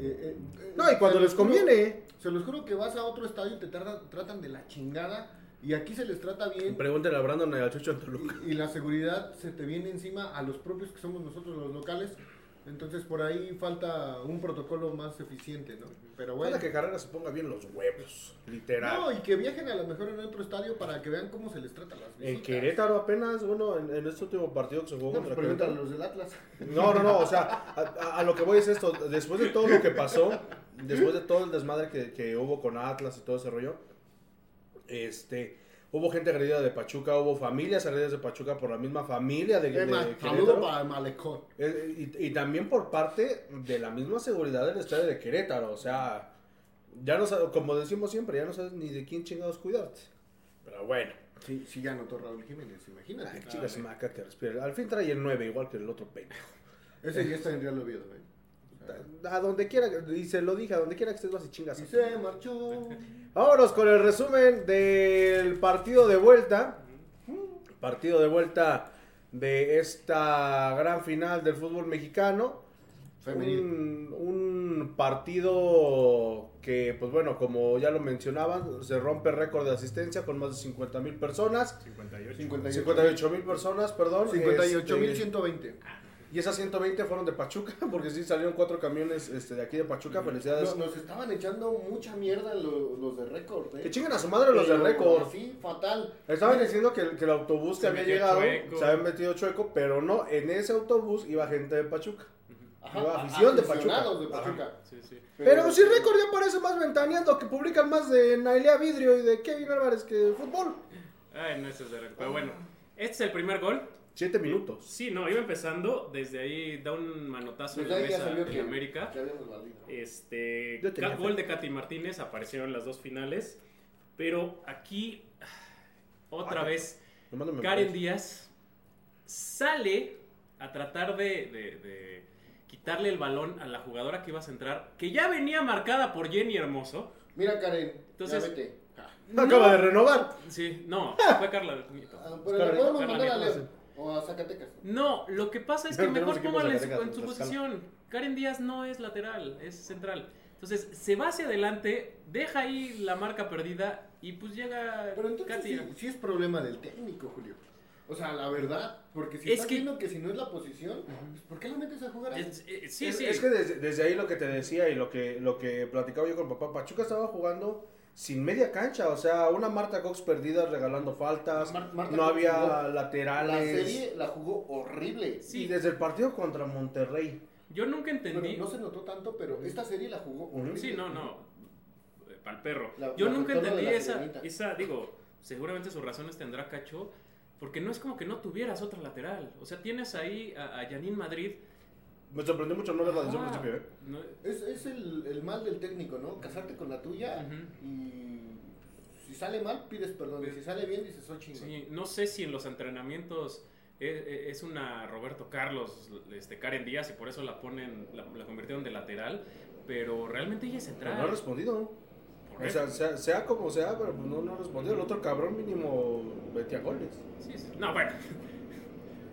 [SPEAKER 4] eh, eh,
[SPEAKER 2] No, y cuando
[SPEAKER 4] se
[SPEAKER 2] les
[SPEAKER 4] los juro-
[SPEAKER 2] conviene.
[SPEAKER 4] se los juro que vas a otro estadio y te tarda- tratan de la chingada. Y aquí se les trata bien.
[SPEAKER 6] Pregúntale a Brandon y al Chucho en Toluca.
[SPEAKER 4] Y, y la seguridad se te viene encima a los propios que somos nosotros los locales. Entonces por ahí falta un protocolo más eficiente, ¿no? Pero bueno.
[SPEAKER 2] Para que Carrera se ponga bien los huevos. Literal.
[SPEAKER 4] No, y que viajen a lo mejor en otro estadio para que vean cómo se les trata las visitas.
[SPEAKER 2] en Querétaro apenas, bueno, en, en este último partido que se jugó
[SPEAKER 4] No, pues
[SPEAKER 2] contra
[SPEAKER 4] pregúntale a
[SPEAKER 2] Querétaro.
[SPEAKER 4] los del [LAUGHS] Atlas.
[SPEAKER 2] No, no, no, o sea, a, a- a lo que voy es esto, después de todo lo que pasó, después de todo el desmadre que, que hubo con Atlas y todo ese rollo, este, hubo gente agredida de Pachuca, hubo familias agredidas de Pachuca por la misma familia de, de
[SPEAKER 4] Emma,
[SPEAKER 2] Querétaro.
[SPEAKER 4] saludo para el Malecón.
[SPEAKER 2] Eh, Y, y también por parte de la misma seguridad del estadio de Querétaro, o sea, ya no sabes, como decimos siempre, ya no sabes ni de quién chingados cuidarte. Pero bueno,
[SPEAKER 4] Sí, sí, ya anotó Raúl Jiménez, imagínate.
[SPEAKER 2] ay, chicas maca que respira. Al fin trae el 9, igual que el otro pendejo.
[SPEAKER 4] Ese ya está en Real Oviedo, ¿eh?
[SPEAKER 2] A donde quiera, y se lo dije, a donde quiera que estés vas y chingas. a
[SPEAKER 4] Y
[SPEAKER 2] tu
[SPEAKER 4] se marchó.
[SPEAKER 2] Vámonos con el resumen del partido de vuelta. Partido de vuelta de esta gran final del fútbol mexicano.
[SPEAKER 4] Femenil.
[SPEAKER 2] Un, un partido que, pues bueno, como ya lo mencionaban, se rompe récord de asistencia con más de 50 mil personas.
[SPEAKER 3] 58.
[SPEAKER 2] 58 mil personas, perdón.
[SPEAKER 4] este,
[SPEAKER 2] 120
[SPEAKER 4] 58.120.
[SPEAKER 2] Y esas 120 fueron de Pachuca, [LAUGHS] porque sí salieron cuatro camiones este, de aquí de Pachuca. Felicidades.
[SPEAKER 4] Nos, nos estaban echando mucha mierda lo- los de récord, ¿eh?
[SPEAKER 2] Que chingan a su madre los de
[SPEAKER 4] Pero
[SPEAKER 2] récord.
[SPEAKER 4] Sí, fatal.
[SPEAKER 2] Estaban diciendo que, el- que el autobús que
[SPEAKER 3] Se
[SPEAKER 2] había
[SPEAKER 3] metió
[SPEAKER 2] llegado
[SPEAKER 3] chueco.
[SPEAKER 2] se había metido chueco, pero no, en ese autobús iba gente de Pachuca.
[SPEAKER 4] Ajá,
[SPEAKER 2] Iba
[SPEAKER 4] a-
[SPEAKER 2] afición de
[SPEAKER 4] aficionados
[SPEAKER 2] Pachuca.
[SPEAKER 4] de Pachuca.
[SPEAKER 3] Sí, sí.
[SPEAKER 2] Pero si récord ya parece más ventaneando que publican más de Nailea Vidrio y de Kevin Álvarez que de fútbol.
[SPEAKER 3] Ay, no, ese es de récord. Pero bueno, este es el primer gol.
[SPEAKER 2] Siete minutos.
[SPEAKER 3] Sí, no, iba empezando. Desde ahí da un manotazo en la
[SPEAKER 4] Desde Pues ahí ya
[SPEAKER 3] mesa
[SPEAKER 4] salió
[SPEAKER 3] en
[SPEAKER 4] que,
[SPEAKER 3] América.
[SPEAKER 4] que habíamos valido.
[SPEAKER 3] Este,
[SPEAKER 2] Yo tenía
[SPEAKER 3] ca-
[SPEAKER 2] fe.
[SPEAKER 3] gol de Katy Martínez, aparecieron las dos finales. Pero aquí, otra vez,
[SPEAKER 2] Nomás no Ah, me
[SPEAKER 3] Karen
[SPEAKER 2] parece.
[SPEAKER 3] Díaz sale a tratar de, de- de quitarle el balón a la jugadora que iba a centrar, que ya venía marcada por Jenny Hermoso.
[SPEAKER 4] Mira, Karen,
[SPEAKER 3] Entonces-
[SPEAKER 4] ya vete. Ah,
[SPEAKER 2] Acaba de renovar.
[SPEAKER 3] Sí,
[SPEAKER 2] [LAUGHS]
[SPEAKER 3] no, fue Carla del Nieto.
[SPEAKER 4] pero la
[SPEAKER 2] Karen,
[SPEAKER 4] podemos
[SPEAKER 3] Karen,
[SPEAKER 4] mandar a
[SPEAKER 3] ¿cómo
[SPEAKER 4] León o a Zacatecas.
[SPEAKER 3] No, lo que pasa es que
[SPEAKER 2] Pero
[SPEAKER 3] mejor
[SPEAKER 2] tenemos equipos
[SPEAKER 3] póngala en
[SPEAKER 2] de
[SPEAKER 3] su,
[SPEAKER 2] Zacatecas,
[SPEAKER 3] en su
[SPEAKER 2] Tlaxcala.
[SPEAKER 3] posición. Karen Díaz no es lateral, es central. Entonces se va hacia adelante, deja ahí la marca perdida y pues llega
[SPEAKER 4] Pero entonces sí,
[SPEAKER 3] Katia.
[SPEAKER 4] sí es problema del técnico, Julio. O sea, la verdad, porque si
[SPEAKER 3] Es
[SPEAKER 4] estás
[SPEAKER 3] que-
[SPEAKER 4] viendo que si no es la posición, pues, ¿por qué la metes a jugar ahí?
[SPEAKER 3] Es- eh, sí,
[SPEAKER 2] es,
[SPEAKER 3] sí.
[SPEAKER 2] es que desde, desde ahí lo que te decía y lo que, lo que platicaba yo con papá, Pachuca estaba jugando sin media cancha, o sea, una Marta Cox perdida regalando faltas,
[SPEAKER 4] Mar- Marta
[SPEAKER 2] no
[SPEAKER 4] Cox
[SPEAKER 2] había
[SPEAKER 4] jugó.
[SPEAKER 2] laterales.
[SPEAKER 4] La serie la jugó horrible.
[SPEAKER 3] Sí.
[SPEAKER 2] Y desde el partido contra Monterrey.
[SPEAKER 3] Yo nunca entendí.
[SPEAKER 4] Bueno, no se notó tanto, pero esta serie la jugó horrible.
[SPEAKER 3] Sí, no, no. Para el perro.
[SPEAKER 4] La-
[SPEAKER 3] Yo
[SPEAKER 4] la
[SPEAKER 3] nunca
[SPEAKER 4] fotógrafa
[SPEAKER 3] entendí
[SPEAKER 4] de la
[SPEAKER 3] esa,
[SPEAKER 4] sirenita.
[SPEAKER 3] esa. Digo, seguramente sus razones tendrá Cacho. Porque no es como que no tuvieras otra lateral. O sea, tienes ahí a, a Janine Madrid.
[SPEAKER 2] Me sorprendió mucho no ver la atención
[SPEAKER 3] Ah,
[SPEAKER 2] al principio, ¿eh?
[SPEAKER 3] no-
[SPEAKER 4] Es, es el, el mal del técnico, ¿no? Casarte con la tuya
[SPEAKER 3] Ujú.
[SPEAKER 4] y si sale mal, pides perdón. Y si sale bien, dices, "Oh, soy chingón.
[SPEAKER 3] sí, no sé si en los entrenamientos es, es una Roberto Carlos, este, Karen Díaz, y por eso la ponen, la, la convirtieron de lateral. Pero realmente ella es
[SPEAKER 2] Pero no ha
[SPEAKER 3] central.
[SPEAKER 2] respondido.
[SPEAKER 3] Por
[SPEAKER 2] O
[SPEAKER 3] eso.
[SPEAKER 2] sea, sea, sea como sea, pero pues, no, no ha respondido. El otro cabrón mínimo metía goles.
[SPEAKER 3] Sí, sí. No, bueno. [LAUGHS]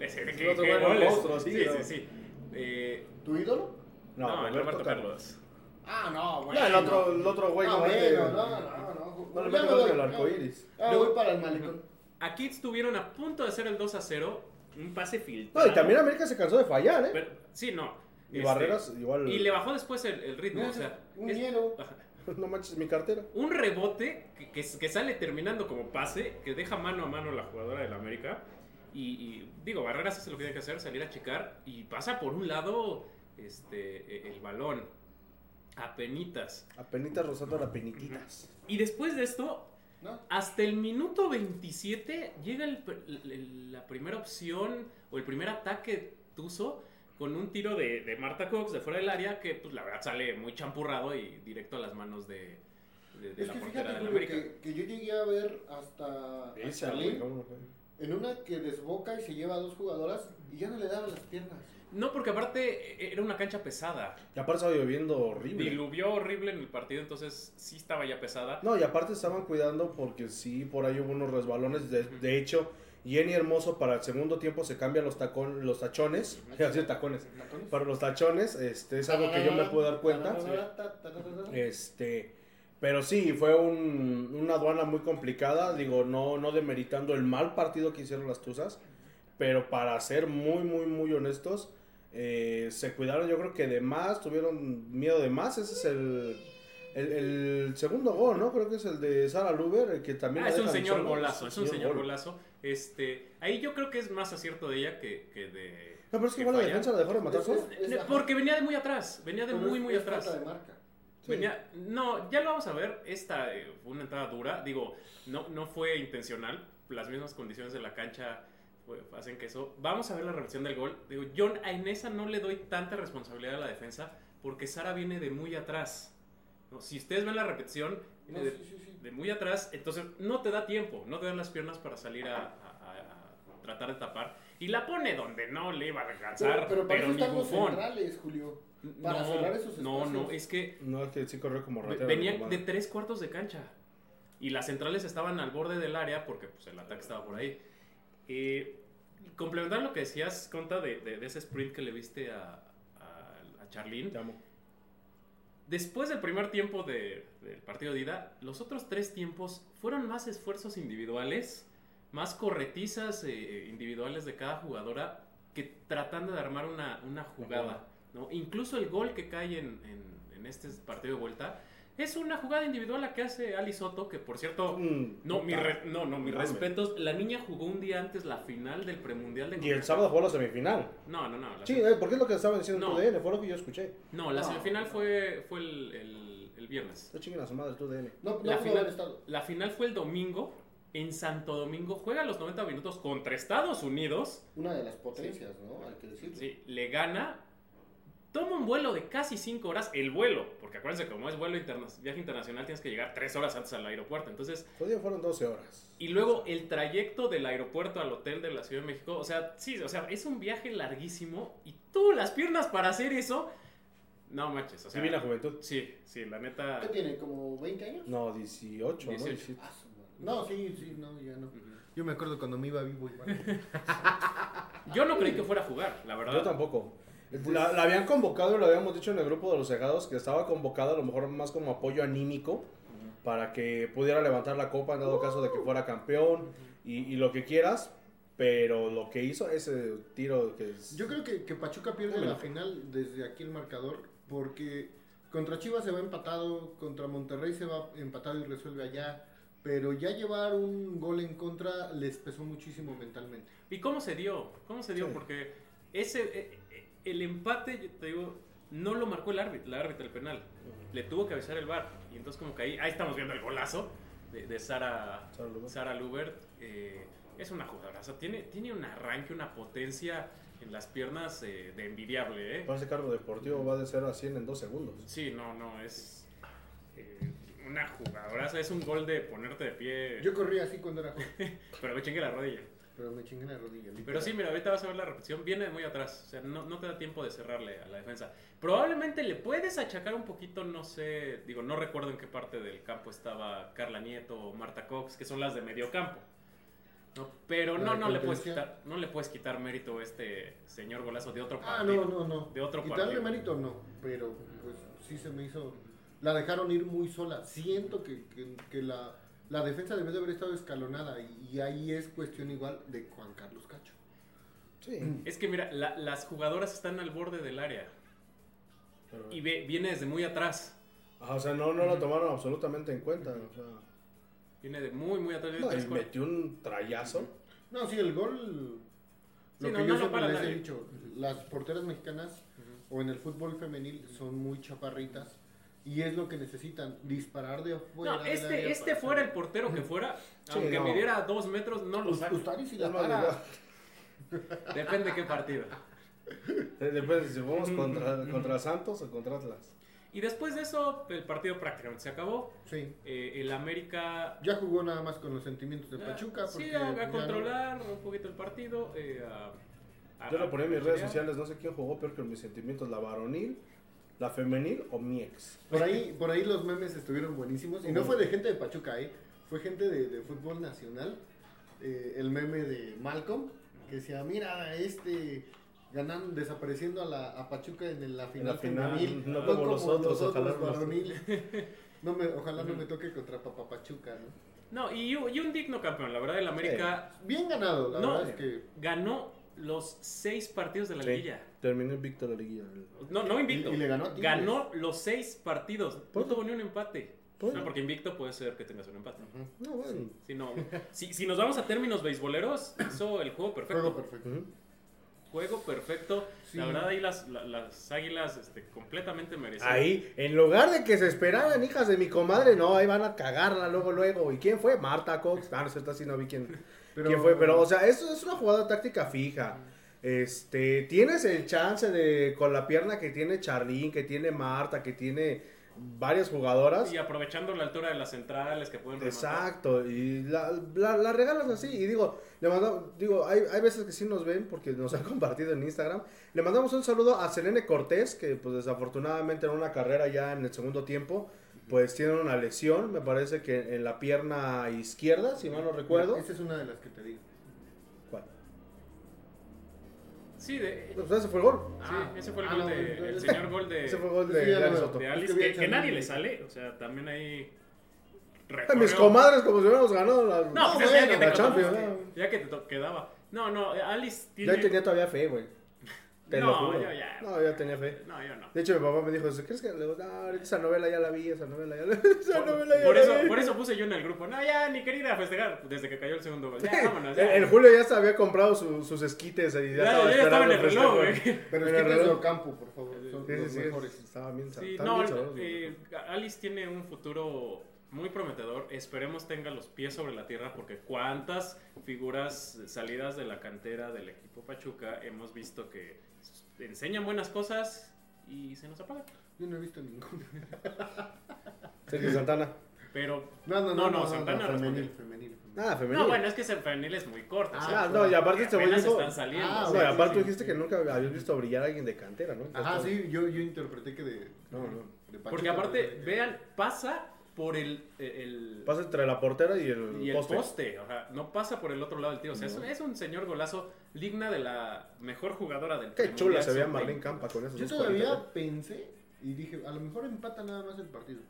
[SPEAKER 3] Ese de
[SPEAKER 2] Sí,
[SPEAKER 3] que-
[SPEAKER 2] otro
[SPEAKER 3] que
[SPEAKER 2] bueno,
[SPEAKER 3] goles.
[SPEAKER 2] monstruo, sí,
[SPEAKER 3] Sí,
[SPEAKER 2] ¿no?
[SPEAKER 3] sí, sí. Eh,
[SPEAKER 4] ¿Tu ídolo?
[SPEAKER 3] no, el Roberto Carlos.
[SPEAKER 4] Ah, no,
[SPEAKER 2] No, el otro, el otro güey
[SPEAKER 4] no,
[SPEAKER 2] no, mete-
[SPEAKER 4] bueno, no, no, no.
[SPEAKER 2] no le
[SPEAKER 4] Ya
[SPEAKER 2] mete
[SPEAKER 4] me
[SPEAKER 2] gol
[SPEAKER 4] voy,
[SPEAKER 2] del
[SPEAKER 4] ya
[SPEAKER 2] arco
[SPEAKER 4] voy.
[SPEAKER 2] iris.
[SPEAKER 4] Ah,
[SPEAKER 3] No.
[SPEAKER 4] voy para el
[SPEAKER 3] [LAUGHS]
[SPEAKER 4] malecón.
[SPEAKER 3] Aquí estuvieron a punto de hacer el 2 a 0. Un pase filtrado.
[SPEAKER 2] No, y también América se cansó de fallar, ¿eh?
[SPEAKER 3] Pero- sí, no.
[SPEAKER 2] y
[SPEAKER 3] Este,
[SPEAKER 2] Barreras igual.
[SPEAKER 3] Y le bajó después el, el ritmo.
[SPEAKER 4] Mira,
[SPEAKER 3] o sea,
[SPEAKER 4] un
[SPEAKER 3] es-
[SPEAKER 4] hielo.
[SPEAKER 3] Ajá.
[SPEAKER 2] No manches mi cartera.
[SPEAKER 3] Un rebote que, que- que sale terminando como pase, que deja mano a mano la jugadora del América. Y, y, digo, Barreras hace lo que tiene que hacer, salir a checar. Y pasa por un lado este, e- el balón. A penitas.
[SPEAKER 2] Apenitas rozando la penititas.
[SPEAKER 3] Y después de esto,
[SPEAKER 4] ¿No?
[SPEAKER 3] Hasta el minuto 27 llega el pr- el- el- la primera opción o el primer ataque Tuzo con un tiro de, de Marta Cox de fuera del área que, pues, la verdad sale muy champurrado y directo a las manos de, de- de
[SPEAKER 4] Es
[SPEAKER 3] la
[SPEAKER 4] que
[SPEAKER 3] portera
[SPEAKER 4] fíjate
[SPEAKER 3] del
[SPEAKER 4] Julio,
[SPEAKER 3] América.
[SPEAKER 4] que, que yo llegué a ver hasta a
[SPEAKER 2] Esa,
[SPEAKER 4] Charlín
[SPEAKER 2] güey, cómo no fue.
[SPEAKER 4] en una que desboca y se lleva a dos jugadoras y ya no le daban las piernas.
[SPEAKER 3] No, porque aparte eh, era una cancha pesada.
[SPEAKER 2] Y aparte estaba lloviendo horrible.
[SPEAKER 3] Diluvió horrible en el partido, entonces sí estaba ya pesada.
[SPEAKER 2] No, y aparte estaban cuidando porque sí, por ahí hubo unos resbalones. De, de hecho, Y Eni Hermoso para el segundo tiempo se cambia los, tacon, los tachones. [LAUGHS] iba a decir tacones. Para los tachones, este, es algo que yo me puedo dar cuenta. Este, pero sí, fue un- una aduana muy complicada. Digo, no, no demeritando el mal partido que hicieron las Tuzas. Pero para ser muy, muy, muy honestos, eh, se cuidaron, yo creo que de más, tuvieron miedo de más. Ese es el, el, el segundo gol, ¿no? Creo que es el de Sara Luber, el que también.
[SPEAKER 3] Ah,
[SPEAKER 2] la
[SPEAKER 3] es un
[SPEAKER 2] dejan
[SPEAKER 3] señor
[SPEAKER 2] sola.
[SPEAKER 3] golazo, es un señor
[SPEAKER 2] gol.
[SPEAKER 3] golazo. Este, ahí yo creo que es más acierto de ella que, que de.
[SPEAKER 2] No, pero es que igual la
[SPEAKER 3] falla.
[SPEAKER 2] defensa la dejaron matar sola.
[SPEAKER 4] Es- es-
[SPEAKER 3] Porque venía de muy atrás, venía de
[SPEAKER 4] Pero
[SPEAKER 3] muy,
[SPEAKER 4] es-
[SPEAKER 3] muy
[SPEAKER 4] es
[SPEAKER 3] atrás.
[SPEAKER 4] falta de marca.
[SPEAKER 3] Venía- Pues no, ya lo vamos a ver. Esta eh, fue una entrada dura. Digo, no, no fue intencional. Las mismas condiciones de la cancha fue- hacen que eso. Vamos a ver la revisión del gol. Digo, yo en esa no le doy tanta responsabilidad a la defensa porque Sara viene de muy atrás. ¿no? Si ustedes ven la repetición,
[SPEAKER 4] No,
[SPEAKER 3] viene de,
[SPEAKER 4] sí, sí, sí.
[SPEAKER 3] de muy atrás, entonces no te da tiempo, no te dan las piernas para salir a, a- a- a tratar de tapar. Y la pone donde no le iba a alcanzar, pero,
[SPEAKER 4] para eso
[SPEAKER 3] ni
[SPEAKER 4] están los
[SPEAKER 3] bufón.
[SPEAKER 4] centrales, Julio. Para
[SPEAKER 3] no,
[SPEAKER 4] cerrar esos
[SPEAKER 3] no,
[SPEAKER 4] espacios.
[SPEAKER 3] no, es que
[SPEAKER 2] No, es que sí corrió como ratero.
[SPEAKER 3] Venía
[SPEAKER 2] como-
[SPEAKER 3] de tres cuartos de cancha. Y las centrales estaban al borde del área porque pues, el ataque estaba por ahí. Eh, complementar lo que decías, Conta, de, de- de ese sprint que le viste a, a, a Charlín.
[SPEAKER 2] Te amo.
[SPEAKER 3] Después del primer tiempo de- del partido de ida, los otros tres tiempos fueron más esfuerzos individuales, más corretizas eh, individuales de cada jugadora que tratando de armar una, una jugada. ¿no? Incluso el gol que cae en, en- en este partido de vuelta es una jugada individual la que hace Ali Soto, que por cierto...
[SPEAKER 2] Mm,
[SPEAKER 3] No, mi re- no, no, mis
[SPEAKER 2] Mames.
[SPEAKER 3] respetos. La niña jugó un día antes la final del premundial de
[SPEAKER 2] Y el sábado jugó la semifinal.
[SPEAKER 3] No, no, no. la-
[SPEAKER 2] Sí, eh, porque es lo que estaban diciendo
[SPEAKER 3] No.
[SPEAKER 2] en tu DN, fue lo que yo escuché.
[SPEAKER 3] No, la
[SPEAKER 4] No.
[SPEAKER 3] semifinal fue, fue el- el- el viernes.
[SPEAKER 2] Está chinguen a su madre tu DN.
[SPEAKER 4] No, no
[SPEAKER 3] La
[SPEAKER 4] pudo
[SPEAKER 3] final,
[SPEAKER 4] haber estado.
[SPEAKER 3] la final fue el domingo. En Santo Domingo juega los 90 minutos contra Estados Unidos.
[SPEAKER 4] Una de las potencias, ¿no? Hay que decirlo.
[SPEAKER 3] Sí, le gana. Toma un vuelo de casi 5 horas. El vuelo, porque acuérdense que como es vuelo interna- viaje internacional tienes que llegar 3 horas antes al aeropuerto. Entonces,
[SPEAKER 2] Jodido, fueron 12 horas.
[SPEAKER 3] y luego el trayecto del aeropuerto al hotel de la Ciudad de México. O sea, sí, o sea, es un viaje larguísimo. Y tú, las piernas para hacer eso. No manches, o sea.
[SPEAKER 2] Divina juventud.
[SPEAKER 3] Sí, sí, la neta.
[SPEAKER 4] ¿Qué tiene? ¿Como 20 años?
[SPEAKER 2] No, 18, ¿no?
[SPEAKER 3] 18.
[SPEAKER 2] 17.
[SPEAKER 4] Ah, su madre. No, sí, sí, no, ya no. Yo me acuerdo cuando me iba vivo [LAUGHS] igual.
[SPEAKER 3] Yo no creí que fuera a jugar, la verdad.
[SPEAKER 2] Yo tampoco. La, la habían convocado y lo habíamos dicho en el grupo de los cegados que estaba convocada a lo mejor más como apoyo anímico para que pudiera levantar la copa en dado caso de que fuera campeón y, y lo que quieras, pero lo que hizo ese tiro que es...
[SPEAKER 4] Yo creo que, que Pachuca pierde la final desde aquí el marcador porque contra Chivas se va empatado, contra Monterrey se va empatado y resuelve allá, pero ya llevar un gol en contra les pesó muchísimo mentalmente.
[SPEAKER 3] ¿Y cómo se dio? ¿Cómo se dio?
[SPEAKER 2] Sí.
[SPEAKER 3] Porque ese, eh, eh, el empate, yo te digo, no lo marcó el árbitro, la árbitra el penal. Le tuvo que avisar el bar. Y entonces como que ahí, ahí estamos viendo el golazo de, de Sara,
[SPEAKER 2] Sara Lubert.
[SPEAKER 3] Sara Lubert. eh, es una jugadora, o sea, tiene, tiene un arranque, una potencia en las piernas eh, de envidiable, ¿eh?
[SPEAKER 2] Para ese cargo deportivo va de 0 a 100 en 2 segundos.
[SPEAKER 3] Sí, no, no, es eh, una jugadora, es un gol de ponerte de pie,
[SPEAKER 4] Yo corría así cuando era joven,
[SPEAKER 3] pero me chingue la rodilla.
[SPEAKER 4] pero me chingué la rodilla.
[SPEAKER 3] Pero
[SPEAKER 4] literal.
[SPEAKER 3] sí, mira, ahorita vas a ver la repetición, viene de muy atrás, o sea, no, no te da tiempo de cerrarle a la defensa. Probablemente le puedes achacar un poquito, no sé, digo, no recuerdo en qué parte del campo estaba Carla Nieto o Marta Cox, que son las de medio campo. No, pero
[SPEAKER 4] La
[SPEAKER 3] no,
[SPEAKER 4] de
[SPEAKER 3] no le, puedes
[SPEAKER 4] contención.
[SPEAKER 3] quitar, no le puedes quitar mérito a este señor golazo de otro
[SPEAKER 4] Ah,
[SPEAKER 3] partido.
[SPEAKER 4] no, no, no.
[SPEAKER 3] De otro
[SPEAKER 4] Quitarle
[SPEAKER 3] partido.
[SPEAKER 4] mérito no, pero pues sí se me hizo... La dejaron ir muy sola. Siento que, que- que la, la defensa debió de haber estado escalonada y, y ahí es cuestión igual de Juan Carlos Cacho.
[SPEAKER 2] Sí.
[SPEAKER 3] Es que mira, la- las jugadoras están al borde del área
[SPEAKER 2] pero-
[SPEAKER 3] y ve- viene desde muy atrás.
[SPEAKER 2] Ah, o sea, no, no lo tomaron absolutamente en cuenta. O sea,
[SPEAKER 3] Viene de muy, muy atrás. de
[SPEAKER 2] no,
[SPEAKER 3] tres
[SPEAKER 2] y
[SPEAKER 3] cuartos.
[SPEAKER 2] Eh, metió un trayazo.
[SPEAKER 4] No, sí, el gol.
[SPEAKER 3] Sí,
[SPEAKER 4] Lo
[SPEAKER 3] no,
[SPEAKER 4] que
[SPEAKER 3] no
[SPEAKER 4] yo
[SPEAKER 3] lo
[SPEAKER 4] siempre
[SPEAKER 3] para
[SPEAKER 4] les
[SPEAKER 3] nadie.
[SPEAKER 4] he dicho, las porteras mexicanas o en el fútbol femenil son muy chaparritas y es lo que necesitan, disparar de afuera.
[SPEAKER 3] No,
[SPEAKER 4] del área
[SPEAKER 3] este, este
[SPEAKER 4] para
[SPEAKER 3] fuera el
[SPEAKER 4] hacer-
[SPEAKER 3] portero que fuera,
[SPEAKER 2] Sí,
[SPEAKER 3] aunque
[SPEAKER 2] no.
[SPEAKER 3] midiera dos metros, no lo saca.
[SPEAKER 4] Ustari sí
[SPEAKER 2] Es
[SPEAKER 4] la
[SPEAKER 2] más,
[SPEAKER 4] para.
[SPEAKER 3] Depende qué partido.
[SPEAKER 2] de- Eh, Después, si fuimos contra, contra Santos o contra Atlas.
[SPEAKER 3] Y después de eso, el partido prácticamente se acabó.
[SPEAKER 4] Sí.
[SPEAKER 3] Eh, el América... ah,
[SPEAKER 4] Ya jugó nada más con los sentimientos de Pachuca.
[SPEAKER 3] Sí,
[SPEAKER 4] porque
[SPEAKER 3] a, a
[SPEAKER 4] ya no-
[SPEAKER 3] controlar un poquito el partido. eh, a- a-
[SPEAKER 2] Yo lo ponía Ah, en mis redes
[SPEAKER 3] a-
[SPEAKER 2] sociales, no sé quién jugó peor que mis sentimientos, la varonil, la femenil o mi ex.
[SPEAKER 4] Por ahí, por ahí los memes estuvieron buenísimos. Y no fue de gente de Pachuca, ¿eh? Fue gente de, de fútbol nacional eh, el meme de Malcolm, que decía, mira, este ganando, desapareciendo a, la, a Pachuca en la final,
[SPEAKER 6] final,
[SPEAKER 4] femenil,
[SPEAKER 6] no como los otros, ojalá no nos-
[SPEAKER 4] varoniles". [LAUGHS] No me, ojalá no me toque contra Papá Pachuca, ¿no?
[SPEAKER 3] No, y, un- y un digno campeón. La verdad, el América
[SPEAKER 4] Bien ganado, la
[SPEAKER 3] No.
[SPEAKER 4] verdad es que...
[SPEAKER 3] ganó los seis partidos de la
[SPEAKER 6] Sí.
[SPEAKER 3] liguilla.
[SPEAKER 6] Terminó invicto la liguilla.
[SPEAKER 3] No, no invicto.
[SPEAKER 4] Y- y le ganó a Tigres.
[SPEAKER 3] ganó los seis partidos. No
[SPEAKER 6] ¿Por?
[SPEAKER 3] tuvo ni un empate.
[SPEAKER 6] ¿Por?
[SPEAKER 3] No, porque invicto puede ser que tengas un empate.
[SPEAKER 6] No, bueno.
[SPEAKER 3] Si, no, si, si nos vamos a términos beisboleros, hizo el juego perfecto.
[SPEAKER 4] Juego perfecto.
[SPEAKER 6] Ujú.
[SPEAKER 3] Juego perfecto.
[SPEAKER 4] Sí.
[SPEAKER 3] La verdad, ahí las, la- las águilas este, completamente merecidas.
[SPEAKER 2] Ahí, en lugar de que se esperaran hijas de mi comadre, no, ahí van a cagarla luego, luego. ¿Y quién fue? Marta Cox. Ah, no, es cierto, así no vi quién,
[SPEAKER 4] Pero-
[SPEAKER 2] quién fue. Pero, o sea, eso es una jugada táctica fija. Este, tienes el chance de, con la pierna que tiene Charlín, que tiene Marta, que tiene varias jugadoras.
[SPEAKER 3] Y aprovechando la altura de las centrales que pueden rematar.
[SPEAKER 2] Exacto, y la, la- la regalas así. Y digo, le mandamos, digo, hay, hay veces que sí nos ven porque nos [LAUGHS] han compartido en Instagram. Le mandamos un saludo a Selene Cortés, que pues desafortunadamente en una carrera ya en el segundo tiempo, pues tiene una lesión, me parece que en la pierna izquierda, si mal no recuerdo.
[SPEAKER 4] Esa es una de las que te digo.
[SPEAKER 2] ¿Cuál?
[SPEAKER 3] Sí, de,
[SPEAKER 2] Pues ese fue el gol.
[SPEAKER 3] ah,
[SPEAKER 4] sí.
[SPEAKER 3] ese fue el
[SPEAKER 4] Ah,
[SPEAKER 3] gol
[SPEAKER 4] no,
[SPEAKER 3] de-
[SPEAKER 4] no,
[SPEAKER 3] el
[SPEAKER 4] no.
[SPEAKER 3] señor gol de,
[SPEAKER 2] Ese fue el gol de
[SPEAKER 4] Sí, ya lo
[SPEAKER 2] Gary
[SPEAKER 4] veo.
[SPEAKER 2] Soto.
[SPEAKER 3] de
[SPEAKER 4] Es
[SPEAKER 3] Alice,
[SPEAKER 4] que vi
[SPEAKER 3] que,
[SPEAKER 4] a
[SPEAKER 3] que
[SPEAKER 4] Charly.
[SPEAKER 3] nadie le sale. O sea, también ahí.
[SPEAKER 2] Ay, Mis
[SPEAKER 3] recorrió-
[SPEAKER 2] comadres como si hubiéramos ganado la,
[SPEAKER 3] No, pues
[SPEAKER 4] No,
[SPEAKER 3] ya
[SPEAKER 4] bueno,
[SPEAKER 3] que te
[SPEAKER 2] la
[SPEAKER 3] tocó,
[SPEAKER 2] Champions.
[SPEAKER 3] ¿no? Ya que te to- quedaba. No, no, Alice
[SPEAKER 2] ¿no?
[SPEAKER 3] tiene.
[SPEAKER 2] Yo tenía todavía fe, güey. Te lo
[SPEAKER 3] No,
[SPEAKER 2] juro.
[SPEAKER 3] yo ya.
[SPEAKER 2] No, yo tenía fe.
[SPEAKER 3] No, yo no.
[SPEAKER 2] De hecho, mi papá me dijo, ¿crees que le digo, no, ahorita esa novela ya la vi, [LAUGHS] esa novela ya la esa novela ya
[SPEAKER 3] Por
[SPEAKER 2] la
[SPEAKER 3] eso,
[SPEAKER 2] vi"?
[SPEAKER 3] por eso puse yo en el grupo. No, ya, ni querida a festejar. Desde que cayó el segundo gol. Ya, vámonos.
[SPEAKER 2] En-
[SPEAKER 3] Ya.
[SPEAKER 2] En julio ya se había comprado su- sus esquites y ya,
[SPEAKER 3] Ya,
[SPEAKER 2] estaba
[SPEAKER 3] ya estaba en
[SPEAKER 2] esperando
[SPEAKER 3] el reloj,
[SPEAKER 2] festejo.
[SPEAKER 3] güey.
[SPEAKER 4] Pero
[SPEAKER 2] Pero
[SPEAKER 4] es que
[SPEAKER 2] la
[SPEAKER 4] es
[SPEAKER 2] verdad-
[SPEAKER 4] Ocampo, por favor. Son
[SPEAKER 2] Sí,
[SPEAKER 4] los
[SPEAKER 2] sí,
[SPEAKER 4] mejores.
[SPEAKER 2] sí, estaba bien,
[SPEAKER 3] Sí,
[SPEAKER 2] estaban
[SPEAKER 3] no,
[SPEAKER 2] bien sabrosos, güey.
[SPEAKER 3] eh, Alice tiene un futuro muy prometedor. Esperemos tenga los pies sobre la tierra porque cuántas figuras salidas de la cantera del equipo Pachuca hemos visto que enseñan buenas cosas y se nos apagan.
[SPEAKER 4] Yo no he visto ninguno.
[SPEAKER 2] Sergio Santana.
[SPEAKER 3] Pero
[SPEAKER 4] No, no, no.
[SPEAKER 3] No, no, Santana
[SPEAKER 4] femenil,
[SPEAKER 3] respondió.
[SPEAKER 4] femenil, femenil.
[SPEAKER 2] Nada, Ah, femenino.
[SPEAKER 3] no, bueno, es que ese femenil es muy corto. o sea,
[SPEAKER 2] Ah, no, y aparte este güey
[SPEAKER 3] apenas
[SPEAKER 2] dijo...
[SPEAKER 3] están saliendo.
[SPEAKER 4] Ah,
[SPEAKER 3] o
[SPEAKER 2] No,
[SPEAKER 3] sea,
[SPEAKER 2] y aparte
[SPEAKER 3] sí,
[SPEAKER 2] tú
[SPEAKER 3] sí,
[SPEAKER 2] dijiste
[SPEAKER 3] sí.
[SPEAKER 2] que nunca habías visto brillar a alguien de cantera, ¿no?
[SPEAKER 4] Ajá,
[SPEAKER 2] Entonces,
[SPEAKER 4] sí, yo, yo interpreté que de.
[SPEAKER 2] No, no.
[SPEAKER 4] de Pachuca,
[SPEAKER 3] Porque aparte,
[SPEAKER 4] de-
[SPEAKER 3] vean, pasa por el, e-, el,
[SPEAKER 2] Pasa entre la portera y el,
[SPEAKER 3] y el
[SPEAKER 2] poste.
[SPEAKER 3] poste, ajá, no pasa por el otro lado del tío. O sea, es, es un señor golazo digna de la mejor jugadora del
[SPEAKER 2] Qué
[SPEAKER 3] del
[SPEAKER 2] chula
[SPEAKER 3] Mundial
[SPEAKER 2] se veía
[SPEAKER 3] Sub-20.
[SPEAKER 2] Marlene Campa con esos
[SPEAKER 4] Yo
[SPEAKER 2] dos cuarenta,
[SPEAKER 4] todavía
[SPEAKER 2] ¿no?
[SPEAKER 4] pensé y dije, a lo mejor empata nada más el partido.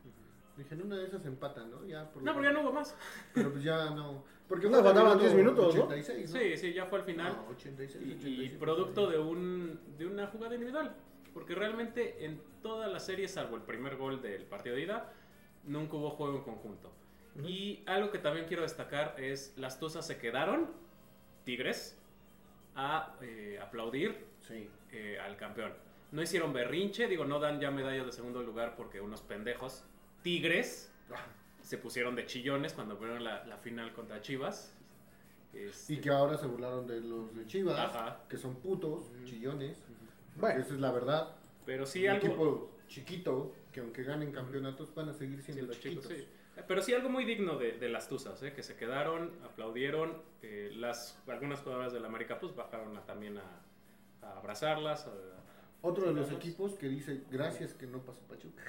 [SPEAKER 4] Dije, en una de esas empatan, ¿no? Ya, por lo
[SPEAKER 3] No, porque ya no hubo más.
[SPEAKER 4] Pero pues ya no. Porque
[SPEAKER 2] No,
[SPEAKER 4] fue hasta el
[SPEAKER 2] faltaban
[SPEAKER 4] minuto
[SPEAKER 2] 10 minutos, ¿no?
[SPEAKER 4] 86, ¿no?
[SPEAKER 3] Sí, sí, ya fue al final.
[SPEAKER 4] Ah, 86,
[SPEAKER 3] y,
[SPEAKER 4] 86,
[SPEAKER 3] y producto de, un, de una jugada individual. Porque realmente en toda la serie, salvo el primer gol del partido de ida, nunca hubo juego en conjunto. Y algo que también quiero destacar es las tuzas se quedaron, Tigres, a eh, aplaudir
[SPEAKER 4] Sí.
[SPEAKER 3] eh, al campeón. No hicieron berrinche, digo, no dan ya medallas de segundo lugar porque unos pendejos,
[SPEAKER 4] [LAUGHS]
[SPEAKER 3] Tigres, se pusieron de chillones cuando fueron la, la final contra Chivas. Este,
[SPEAKER 4] Y que ahora se burlaron de los de Chivas,
[SPEAKER 3] Ajá.
[SPEAKER 4] que son putos, chillones.
[SPEAKER 2] Bueno.
[SPEAKER 4] Bueno. Esa es la verdad.
[SPEAKER 3] Pero sí
[SPEAKER 4] un
[SPEAKER 3] algo...
[SPEAKER 4] equipo chiquito, que aunque ganen campeonatos van a seguir siendo,
[SPEAKER 3] siendo chicos,
[SPEAKER 4] chiquitos.
[SPEAKER 3] sí. Pero sí algo muy digno de, de las Tuzas, ¿eh? que se quedaron, aplaudieron, eh, las, algunas jugadoras del América pues bajaron a- también a, a abrazarlas. a-
[SPEAKER 4] Otro de los
[SPEAKER 3] Vamos.
[SPEAKER 4] equipos que dice, gracias que no pasó Pachuca.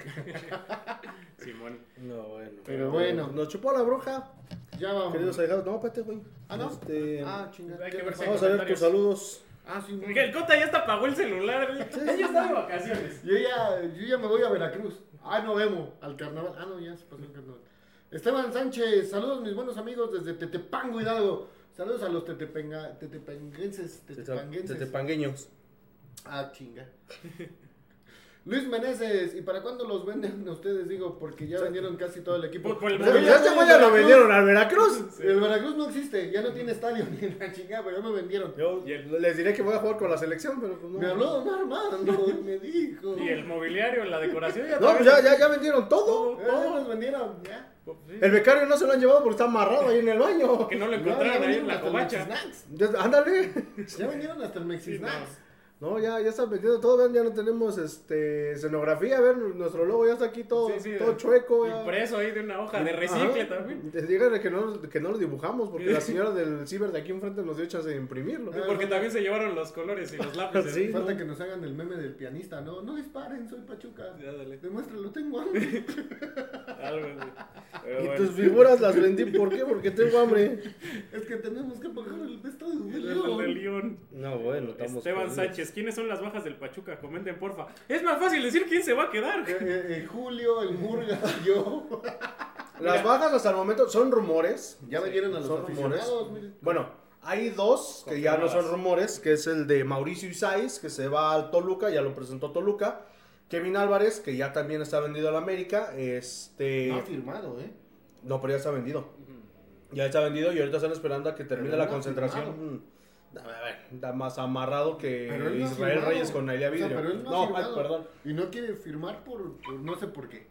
[SPEAKER 2] [LAUGHS]
[SPEAKER 3] Simón.
[SPEAKER 6] No, bueno.
[SPEAKER 4] Pero bueno,
[SPEAKER 2] Nos chupó la bruja,
[SPEAKER 4] ya vamos.
[SPEAKER 2] queridos alejados. No, espérate, güey.
[SPEAKER 4] Ah, no.
[SPEAKER 2] Este,
[SPEAKER 4] Ah, chingada.
[SPEAKER 3] Hay que
[SPEAKER 4] ¿Qué
[SPEAKER 3] ver si
[SPEAKER 4] pasó?
[SPEAKER 2] vamos a ver tus
[SPEAKER 3] comentarios.
[SPEAKER 2] saludos.
[SPEAKER 4] Ah, sí. no.
[SPEAKER 3] Miguel Cota ya hasta apagó el celular, él- él ya está de vacaciones.
[SPEAKER 4] Yo ya, yo ya me voy a Veracruz. Ah, no vemos al carnaval. Ah, no, ya se pasó el carnaval. Esteban Sánchez, saludos mis buenos amigos desde Tetepango Hidalgo. Saludos a los tetepenga, tetepenguenses, tetepanguenses.
[SPEAKER 2] Tetepangueños.
[SPEAKER 4] Ah, chinga. [LAUGHS] Luis Meneses, ¿y para cuándo los venden ustedes? Digo, porque ya vendieron casi todo el equipo.
[SPEAKER 3] Por- por el
[SPEAKER 4] Ya-
[SPEAKER 3] momento.
[SPEAKER 2] Ya este güey ya lo vendieron al Veracruz.
[SPEAKER 4] El Veracruz no existe, ya no tiene estadio ni la chingada, pero ya me vendieron.
[SPEAKER 2] Yo
[SPEAKER 3] Y el-
[SPEAKER 2] les diré que voy a jugar con la selección, pero pues no.
[SPEAKER 4] Me habló Don Armando y me dijo.
[SPEAKER 3] Y el mobiliario, la decoración ya
[SPEAKER 2] No,
[SPEAKER 3] también-
[SPEAKER 2] pues ya, Pues, ya, ya vendieron todo.
[SPEAKER 3] Todo,
[SPEAKER 4] Eh, ya
[SPEAKER 3] todo.
[SPEAKER 4] nos vendieron, ya.
[SPEAKER 3] Sí.
[SPEAKER 2] El becario no se lo han llevado porque está amarrado ahí en el baño.
[SPEAKER 3] Que no lo
[SPEAKER 4] Ya- ya
[SPEAKER 3] encontraron ahí en
[SPEAKER 4] vendieron
[SPEAKER 3] la
[SPEAKER 4] hasta el
[SPEAKER 3] covacha.
[SPEAKER 4] Mexisnacks.
[SPEAKER 2] Ya- ándale.
[SPEAKER 4] Ya vendieron hasta el Mexisnacks.
[SPEAKER 3] Sí,
[SPEAKER 2] No, ya, ya están vendiendo todo. Vean, ya no tenemos este escenografía. A ver, nuestro logo ya está aquí todo,
[SPEAKER 3] Sí, sí,
[SPEAKER 2] todo
[SPEAKER 3] de-
[SPEAKER 2] chueco. ya.
[SPEAKER 3] Impreso ahí de una hoja de recicle
[SPEAKER 2] Ajá.
[SPEAKER 3] también.
[SPEAKER 2] Díganle que no, que no lo dibujamos porque la señora del ciber de aquí enfrente nos dio chance de imprimirlo.
[SPEAKER 4] Ah,
[SPEAKER 3] Porque también se llevaron los colores y los lápices.
[SPEAKER 2] Sí.
[SPEAKER 4] Falta
[SPEAKER 2] no.
[SPEAKER 4] que nos hagan el meme del pianista, ¿no? No disparen, soy Pachuca.
[SPEAKER 3] Ya, dale. [LAUGHS]
[SPEAKER 4] Demuéstralo, tengo hambre.
[SPEAKER 3] Algo así. Pero
[SPEAKER 7] Y
[SPEAKER 3] bueno.
[SPEAKER 7] tus figuras las vendí, ¿por qué? Porque tengo hambre.
[SPEAKER 4] Es que tenemos que pagar el estado de
[SPEAKER 3] El del- del
[SPEAKER 4] León.
[SPEAKER 3] León.
[SPEAKER 7] No, bueno, estamos.
[SPEAKER 3] Esteban
[SPEAKER 7] jodidos.
[SPEAKER 3] Sánchez, ¿quiénes son las bajas del Pachuca? Comenten, porfa. Es más fácil decir quién se va a quedar.
[SPEAKER 4] Eh, eh, eh, Julio, el Murga, [LAUGHS] yo.
[SPEAKER 2] Las bajas hasta el momento son rumores.
[SPEAKER 4] Ya vendieron a los
[SPEAKER 2] Son rumores.
[SPEAKER 4] aficionados, miren.
[SPEAKER 2] Bueno, hay dos que ya no son rumores, que es el de Mauricio Isais, que se va al Toluca, ya lo presentó Toluca. Kevin Álvarez, que ya también está vendido al América. Este.
[SPEAKER 4] No ha firmado, ¿eh?
[SPEAKER 2] No, pero ya está vendido. Ya está vendido y ahorita están esperando a que termine
[SPEAKER 4] Pero
[SPEAKER 2] la
[SPEAKER 4] no ha
[SPEAKER 2] concentración. Mm. A ver, está más amarrado que
[SPEAKER 4] Pero él no ha
[SPEAKER 2] Israel
[SPEAKER 4] firmado.
[SPEAKER 2] Reyes con Elia
[SPEAKER 4] O sea,
[SPEAKER 2] Vidrio.
[SPEAKER 4] pero él no,
[SPEAKER 2] no,
[SPEAKER 4] ha
[SPEAKER 2] ay,
[SPEAKER 4] firmado. [LAUGHS]
[SPEAKER 2] perdón.
[SPEAKER 4] Y no quiere firmar por, por no sé por qué.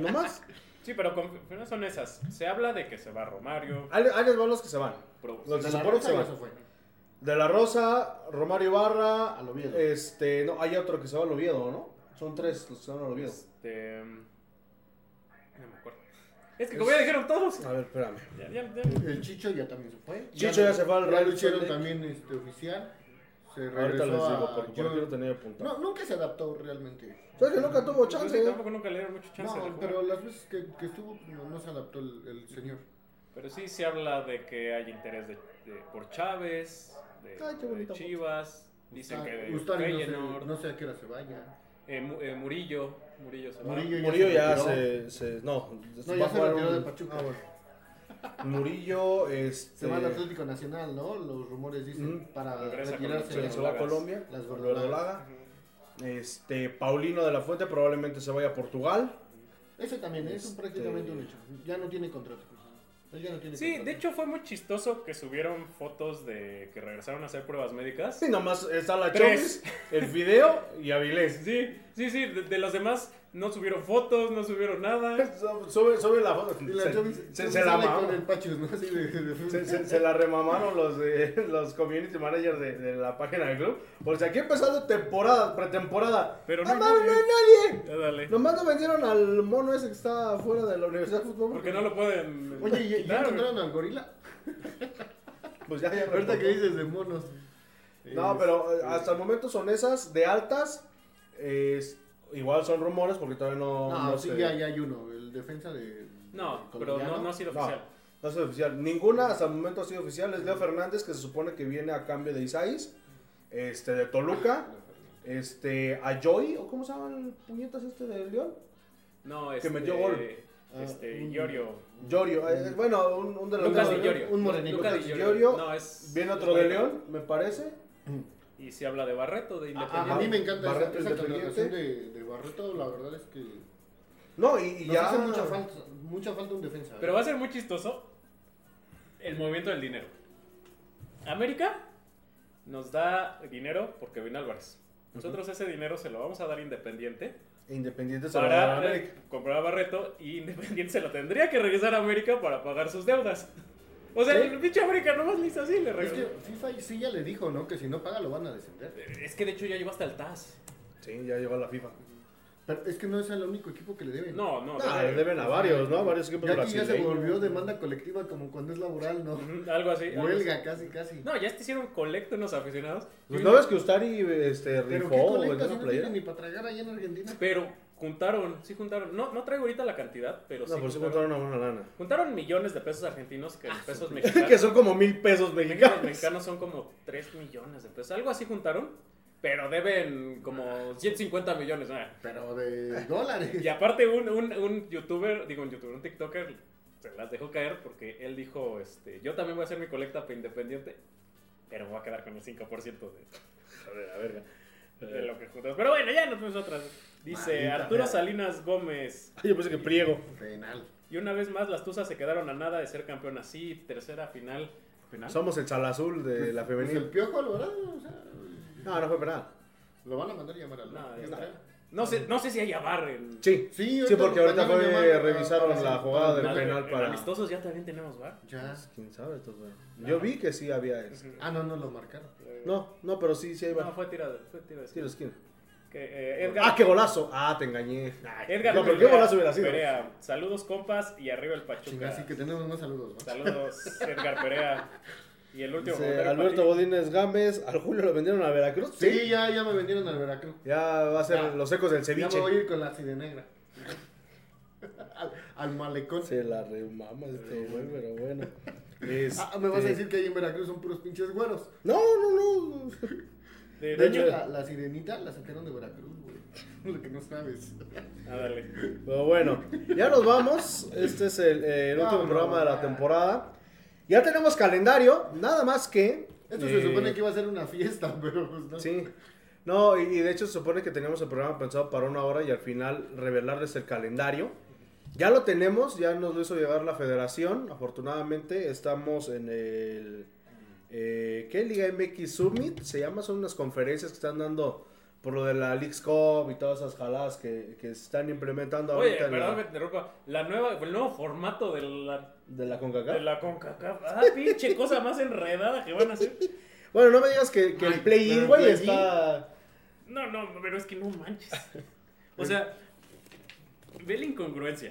[SPEAKER 2] ¿No más?
[SPEAKER 3] Sí, pero, con- pero no son esas. Se habla de que se va Romario.
[SPEAKER 2] Ahí ahí les van los que se van.
[SPEAKER 3] Pro-
[SPEAKER 2] Los que
[SPEAKER 4] De
[SPEAKER 2] Pues se
[SPEAKER 4] la
[SPEAKER 2] fueron, se
[SPEAKER 4] Rosa
[SPEAKER 2] van.
[SPEAKER 4] ya se fue.
[SPEAKER 2] De la Rosa, Romario Barra,
[SPEAKER 4] Al Oviedo.
[SPEAKER 2] este, no, hay otro que se va al Oviedo, ¿no? Son tres los que se van al Oviedo.
[SPEAKER 3] Este, no me acuerdo. Es que como ya dijeron todos.
[SPEAKER 2] A ver, espérame.
[SPEAKER 3] Ya, ya, ya.
[SPEAKER 4] El Chicho ya también se fue.
[SPEAKER 2] Chicho ya se fue al
[SPEAKER 4] ya
[SPEAKER 2] Real
[SPEAKER 4] lo hicieron
[SPEAKER 2] Salt Lake.
[SPEAKER 4] también este, oficial. Se
[SPEAKER 2] Ahorita
[SPEAKER 4] regresó
[SPEAKER 2] les digo,
[SPEAKER 4] a
[SPEAKER 2] porque por
[SPEAKER 4] John-
[SPEAKER 2] aquí lo tenía apuntado.
[SPEAKER 4] No, nunca se adaptó realmente.
[SPEAKER 2] ¿Sabes que nunca tuvo
[SPEAKER 3] Pues sí,
[SPEAKER 2] chance?
[SPEAKER 3] tampoco nunca le dieron mucho chance. de
[SPEAKER 4] ¿eh? No,
[SPEAKER 3] jugar.
[SPEAKER 4] pero las veces que, que estuvo no, no se adaptó el, el señor.
[SPEAKER 3] Pero sí se habla de que hay interés de, de- por Chávez, de,
[SPEAKER 2] Ay, qué
[SPEAKER 3] de
[SPEAKER 2] bonita
[SPEAKER 3] Chivas, dicen
[SPEAKER 4] Ustari-
[SPEAKER 3] que de
[SPEAKER 4] Ustari Ah, no,
[SPEAKER 3] Feyenoord,
[SPEAKER 4] sé, no sé a qué hora se vaya.
[SPEAKER 3] eh, Mu- eh, Murillo, Murillo se va.
[SPEAKER 4] Murillo
[SPEAKER 2] Murillo ya
[SPEAKER 4] retiró.
[SPEAKER 2] se, se- No,
[SPEAKER 4] No,
[SPEAKER 2] va
[SPEAKER 4] ya
[SPEAKER 2] a
[SPEAKER 4] se
[SPEAKER 2] jugar
[SPEAKER 4] retiró
[SPEAKER 2] un-
[SPEAKER 4] de Pachuca.
[SPEAKER 2] Ah, bueno. Murillo, este...
[SPEAKER 4] Se va al Atlético Nacional, ¿no? Los rumores dicen
[SPEAKER 2] Ujú.
[SPEAKER 4] para
[SPEAKER 3] Regresa con
[SPEAKER 4] retirarse.
[SPEAKER 3] los
[SPEAKER 2] se va a
[SPEAKER 3] Verdolagas.
[SPEAKER 2] Colombia,
[SPEAKER 4] Las
[SPEAKER 2] las
[SPEAKER 4] Verdolagas.
[SPEAKER 2] Verdolaga. Este, Paulino de la Fuente probablemente se vaya a Portugal.
[SPEAKER 4] Ese también es un,
[SPEAKER 2] Este-
[SPEAKER 4] prácticamente un hecho. Ya no tiene contrato. pues. Él ya no tiene
[SPEAKER 3] Sí,
[SPEAKER 4] contrato.
[SPEAKER 3] de hecho fue muy chistoso que subieron fotos de que regresaron a hacer pruebas médicas.
[SPEAKER 2] Sí, nomás está la
[SPEAKER 3] Tres.
[SPEAKER 2] Chovis, el Fideo y Avilés.
[SPEAKER 3] Sí, sí, sí, de, de los demás no subieron fotos, no subieron nada.
[SPEAKER 2] Sube, sube la foto.
[SPEAKER 4] Y la
[SPEAKER 2] Se-
[SPEAKER 4] Chovis-
[SPEAKER 2] se,
[SPEAKER 4] Chovis
[SPEAKER 2] se la
[SPEAKER 4] sale
[SPEAKER 2] mamó.
[SPEAKER 4] con el Pachus, ¿no? Así de- de-
[SPEAKER 2] Se, se- se la remamaron los, de, los community managers de, de la página del club. O sea, aquí empezando temporada, pretemporada.
[SPEAKER 3] Pero no
[SPEAKER 2] ¡Ah,
[SPEAKER 3] hay
[SPEAKER 2] mames, no
[SPEAKER 3] nadie!
[SPEAKER 2] hay nadie!
[SPEAKER 3] Ya dale.
[SPEAKER 2] Nomás no vendieron al mono ese que está fuera de la Universidad de Fútbol.
[SPEAKER 3] Porque no lo pueden.
[SPEAKER 4] Oye, ¿y- ¿y
[SPEAKER 3] quitar,
[SPEAKER 4] encontraron al gorila?
[SPEAKER 2] Pues ya, ya
[SPEAKER 4] Ahorita que
[SPEAKER 2] reportó.
[SPEAKER 4] dices de monos.
[SPEAKER 2] No,
[SPEAKER 4] Es-
[SPEAKER 2] pero eh, hasta el momento son esas de altas. es- igual son rumores porque todavía no,
[SPEAKER 4] No,
[SPEAKER 2] no
[SPEAKER 4] sí,
[SPEAKER 2] se-
[SPEAKER 4] ya, ya hay uno. El defensa de.
[SPEAKER 3] No,
[SPEAKER 4] del
[SPEAKER 3] pero no,
[SPEAKER 4] colombiano.
[SPEAKER 3] no ha sido
[SPEAKER 2] No.
[SPEAKER 3] oficial.
[SPEAKER 2] no es oficial. Ninguna hasta el momento ha sido oficial. Es Leo Fernández que se supone que viene a cambio de Isaías, este de Toluca, este Ayoy o cómo se llama el puñetas este de León.
[SPEAKER 3] No, este.
[SPEAKER 2] metió gol.
[SPEAKER 3] Este,
[SPEAKER 4] Ah, un-
[SPEAKER 3] Iorio.
[SPEAKER 2] Llorio, eh, bueno, un, un de los
[SPEAKER 3] Lucas
[SPEAKER 2] de
[SPEAKER 3] Di Llorio.
[SPEAKER 4] Un morenito.
[SPEAKER 3] Lucas
[SPEAKER 2] Lucas
[SPEAKER 3] Di
[SPEAKER 2] Di
[SPEAKER 3] Llorio.
[SPEAKER 2] Llorio.
[SPEAKER 3] No, es.
[SPEAKER 2] Viene
[SPEAKER 3] es
[SPEAKER 2] otro de
[SPEAKER 3] bueno.
[SPEAKER 2] León, me parece.
[SPEAKER 3] Y se habla de Barreto, de
[SPEAKER 4] A, Ah, a
[SPEAKER 3] Independiente.
[SPEAKER 4] mí me encanta esa-
[SPEAKER 2] Barreto
[SPEAKER 4] esa,
[SPEAKER 2] Independiente.
[SPEAKER 4] contratación de, de Barreto. La verdad es que. Nos
[SPEAKER 2] No, y, y ya
[SPEAKER 4] hace mucha falta, mucha falta un defensa. ¿eh?
[SPEAKER 3] Pero va a ser muy chistoso el movimiento del dinero. América nos da dinero por Kevin Álvarez. Nosotros ese dinero se lo vamos a dar Independiente
[SPEAKER 2] Independiente se lo
[SPEAKER 3] para
[SPEAKER 2] ganó
[SPEAKER 3] eh,
[SPEAKER 2] América.
[SPEAKER 3] comprar a Barreto y [LAUGHS] Independiente se lo tendría que regresar a América para pagar sus deudas. O sea,
[SPEAKER 2] Sí.
[SPEAKER 3] el pinche América nomás le hizo así, le
[SPEAKER 4] Es que
[SPEAKER 3] regresó.
[SPEAKER 4] FIFA sí ya le dijo, ¿no? Que si no paga lo van a descender.
[SPEAKER 3] Es que de hecho ya llevó hasta el TAS.
[SPEAKER 2] Sí, ya llegó a la FIFA.
[SPEAKER 4] Pero es que no es el único equipo que le deben.
[SPEAKER 3] No, no,
[SPEAKER 2] Ah,
[SPEAKER 3] debe-
[SPEAKER 2] deben a varios, ¿no? Varios equipos
[SPEAKER 4] Ya aquí ya se
[SPEAKER 2] brasileños.
[SPEAKER 4] volvió demanda colectiva como cuando es laboral, ¿no?
[SPEAKER 3] Ujú, algo así. algo así.
[SPEAKER 4] Huelga casi, casi.
[SPEAKER 3] No, ya te hicieron colecto unos aficionados.
[SPEAKER 2] Pues no ves que Ustari este,
[SPEAKER 4] Pero
[SPEAKER 2] rifó
[SPEAKER 4] qué
[SPEAKER 2] o vendió
[SPEAKER 4] colecta si
[SPEAKER 2] una
[SPEAKER 4] no tienen
[SPEAKER 2] playera.
[SPEAKER 4] ni para tragar allá en Argentina.
[SPEAKER 3] Pero juntaron, sí juntaron. No, no traigo ahorita la cantidad, pero sí.
[SPEAKER 2] No, por sí
[SPEAKER 3] juntaron,
[SPEAKER 2] contaron una buena lana.
[SPEAKER 3] juntaron millones de pesos argentinos que en pesos
[SPEAKER 2] [LAUGHS]
[SPEAKER 3] mexicanos.
[SPEAKER 2] que son como mil pesos
[SPEAKER 3] en pesos
[SPEAKER 2] mexicanos.
[SPEAKER 3] mexicanos son como 3 millones de pesos. Algo así juntaron, pero deben como 150 millones. ¿no?
[SPEAKER 4] Pero de
[SPEAKER 2] [LAUGHS]
[SPEAKER 4] dólares.
[SPEAKER 3] Y aparte un, un, un youtuber, digo un youtuber, un tiktoker, se las dejó caer porque él dijo, este, yo también voy a hacer mi colecta para Independiente, pero voy a quedar con el 5% de, de la verga, de lo que juntas. Pero bueno, ya nos vemos otras. Dice
[SPEAKER 4] Maldita
[SPEAKER 3] Arturo
[SPEAKER 4] sea.
[SPEAKER 3] Salinas Gómez.
[SPEAKER 2] [LAUGHS] Yo pensé que priego.
[SPEAKER 4] Penal.
[SPEAKER 3] Y una vez más las Tuzas se quedaron a nada de ser campeonas. Sí, tercera final. ¿Final?
[SPEAKER 2] Somos el salazul de la
[SPEAKER 4] Pues el
[SPEAKER 2] femenil.
[SPEAKER 4] piojo, la verdad, o sea,
[SPEAKER 2] No, no fue penal.
[SPEAKER 4] lo van a mandar a llamar al
[SPEAKER 3] No, ya
[SPEAKER 4] ¿Yo
[SPEAKER 3] está.
[SPEAKER 4] creo?
[SPEAKER 3] No sé, no sé si hay abar en...
[SPEAKER 2] Sí.
[SPEAKER 4] Sí,
[SPEAKER 2] Sí,
[SPEAKER 4] ahorita
[SPEAKER 2] porque
[SPEAKER 4] lo
[SPEAKER 2] ahorita
[SPEAKER 4] mandaron a
[SPEAKER 2] fue,
[SPEAKER 4] llamar a-
[SPEAKER 2] revisaron la
[SPEAKER 4] para-
[SPEAKER 2] jugada del
[SPEAKER 4] para-
[SPEAKER 2] penal
[SPEAKER 3] en
[SPEAKER 2] para-
[SPEAKER 3] amistosos ya también tenemos bar.
[SPEAKER 4] Ya.
[SPEAKER 2] ¿Quién sabe? estos güeyes? Yo vi que sí había eso.
[SPEAKER 4] Ah, no, no lo marcaron.
[SPEAKER 2] No, no, pero sí, sí hay
[SPEAKER 3] No,
[SPEAKER 2] varios.
[SPEAKER 3] fue tirado, fue tirado.
[SPEAKER 2] Tiro de esquina.
[SPEAKER 3] Que, eh, Edgar,
[SPEAKER 2] Ah, qué golazo. Ah, te engañé. Ay,
[SPEAKER 3] Edgar
[SPEAKER 2] no, pero qué
[SPEAKER 3] Perea-
[SPEAKER 2] golazo hubiera sido.
[SPEAKER 3] Perea, saludos compas y arriba el Pachuca.
[SPEAKER 4] Chinga, así que tenemos más saludos, ¿no?
[SPEAKER 3] Saludos Edgar Perea. Y el último
[SPEAKER 2] Dice
[SPEAKER 3] comentario
[SPEAKER 2] Alberto
[SPEAKER 3] para ti.
[SPEAKER 2] Godínez Gámez, al Julio lo vendieron a Veracruz.
[SPEAKER 4] Sí, ya, ya me vendieron al Veracruz.
[SPEAKER 2] Ya va a ser
[SPEAKER 4] Ya.
[SPEAKER 2] los ecos del
[SPEAKER 4] Ya me
[SPEAKER 2] ceviche.
[SPEAKER 4] voy a ir con la sirenegra. [LAUGHS] al, al malecón.
[SPEAKER 2] Se la remama este güey, pero bueno.
[SPEAKER 4] Ah, me vas a
[SPEAKER 2] Este,
[SPEAKER 4] decir que ahí en Veracruz son puros pinches güeros.
[SPEAKER 2] No, no, no.
[SPEAKER 3] De,
[SPEAKER 4] De hecho,
[SPEAKER 3] hecho,
[SPEAKER 4] la, la sirenita la sacaron de Veracruz, güey. [LAUGHS] Lo que no sabes.
[SPEAKER 3] ah, dale.
[SPEAKER 2] Pero bueno, ya nos vamos. Este es el, eh, el último
[SPEAKER 4] Vámonos,
[SPEAKER 2] programa de la
[SPEAKER 4] ya.
[SPEAKER 2] temporada. Ya tenemos calendario, nada más que.
[SPEAKER 4] Esto
[SPEAKER 2] eh,
[SPEAKER 4] se supone que iba a ser una fiesta, [LAUGHS] pero pues no.
[SPEAKER 2] Sí. No, y, y de hecho se supone que teníamos el programa pensado para una hora y al final revelarles el calendario. Ya lo tenemos, ya nos lo hizo llegar la federación. Afortunadamente estamos en el... eh, ¿Qué? Liga MX Summit. Se llama, son unas conferencias que están dando por lo de la Leagues Cup y todas esas jaladas que, que se están implementando
[SPEAKER 3] Oye,
[SPEAKER 2] ahorita en
[SPEAKER 3] perdón, me
[SPEAKER 2] la,
[SPEAKER 3] interrumpa. La nueva, el nuevo formato de la,
[SPEAKER 2] de la
[SPEAKER 3] de
[SPEAKER 2] CONCACAF.
[SPEAKER 3] la CONCACAF. Ah, pinche cosa más enredada que van a hacer.
[SPEAKER 2] Bueno, no me digas que, que
[SPEAKER 4] Ay,
[SPEAKER 2] el play-in,
[SPEAKER 4] pero
[SPEAKER 2] güey,
[SPEAKER 4] play-in.
[SPEAKER 2] está...
[SPEAKER 3] No, no, pero es que no manches. O sea, ve la incongruencia.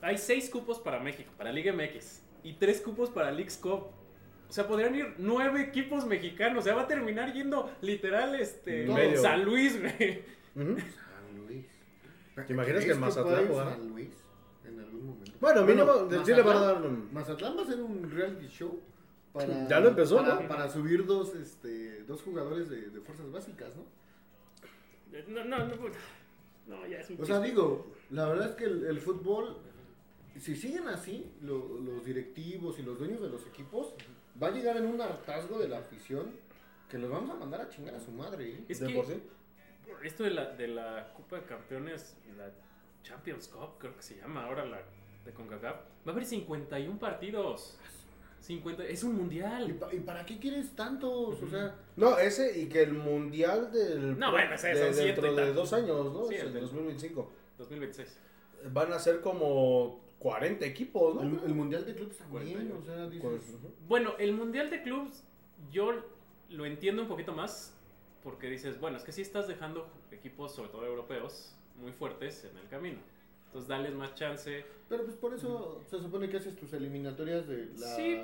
[SPEAKER 3] Hay seis cupos para México, para Liga MX, y tres cupos para League's Cup. O sea, podrían ir nueve equipos mexicanos. O sea, va a terminar yendo literal este
[SPEAKER 2] Medio.
[SPEAKER 3] San Luis, güey.
[SPEAKER 2] Ujú.
[SPEAKER 4] San Luis.
[SPEAKER 2] ¿Te imaginas que
[SPEAKER 4] ¿Crees
[SPEAKER 2] Mazatlán
[SPEAKER 4] pueda ir
[SPEAKER 2] jugara?
[SPEAKER 4] San Luis en algún momento.
[SPEAKER 2] Bueno, mínimo, sí le van a dar un-
[SPEAKER 4] Mazatlán va a ser un reality show.
[SPEAKER 2] [LAUGHS]
[SPEAKER 4] Para,
[SPEAKER 2] Ya lo empezó,
[SPEAKER 4] para,
[SPEAKER 2] ¿no?
[SPEAKER 4] para subir dos, este, dos jugadores de, de fuerzas básicas, ¿no?
[SPEAKER 3] No, no, no. No, ya es un
[SPEAKER 4] O sea,
[SPEAKER 3] chiste.
[SPEAKER 4] digo, la verdad es que el, el fútbol, si siguen así, lo- los directivos y los dueños de los equipos, va a llegar en un hartazgo de la afición que los vamos a mandar a chingar a su madre. ¿eh?
[SPEAKER 3] Es
[SPEAKER 2] de
[SPEAKER 3] que-
[SPEAKER 2] por sí.
[SPEAKER 3] Esto de la, de la Copa de Campeones, la Champions Cup, creo que se llama ahora la de CONCACAF, va a haber 51 partidos. 50, es un
[SPEAKER 4] ¿Y,
[SPEAKER 3] mundial.
[SPEAKER 4] pa- y para qué quieres tantos? O sea,
[SPEAKER 2] No, ese y que el mundial del.
[SPEAKER 3] No, bueno, ese
[SPEAKER 2] de-
[SPEAKER 3] son siete
[SPEAKER 2] Dentro
[SPEAKER 3] y
[SPEAKER 2] de
[SPEAKER 3] tantos.
[SPEAKER 2] dos años, ¿no?
[SPEAKER 3] Sí,
[SPEAKER 2] Es el
[SPEAKER 3] el del-
[SPEAKER 2] 2025.
[SPEAKER 3] 2026.
[SPEAKER 2] Van a ser como 40 equipos, ¿no?
[SPEAKER 4] el, el mundial de clubes también,
[SPEAKER 3] 48.
[SPEAKER 4] o sea,
[SPEAKER 2] Pues,
[SPEAKER 4] dices,
[SPEAKER 2] ujú.
[SPEAKER 3] Bueno, el mundial de clubs yo lo entiendo un poquito más porque dices, bueno, es que sí estás dejando equipos, sobre todo europeos, muy fuertes en el camino. Entonces, dales más chance.
[SPEAKER 4] Pero pues por eso se supone que haces tus eliminatorias de la
[SPEAKER 3] Sí.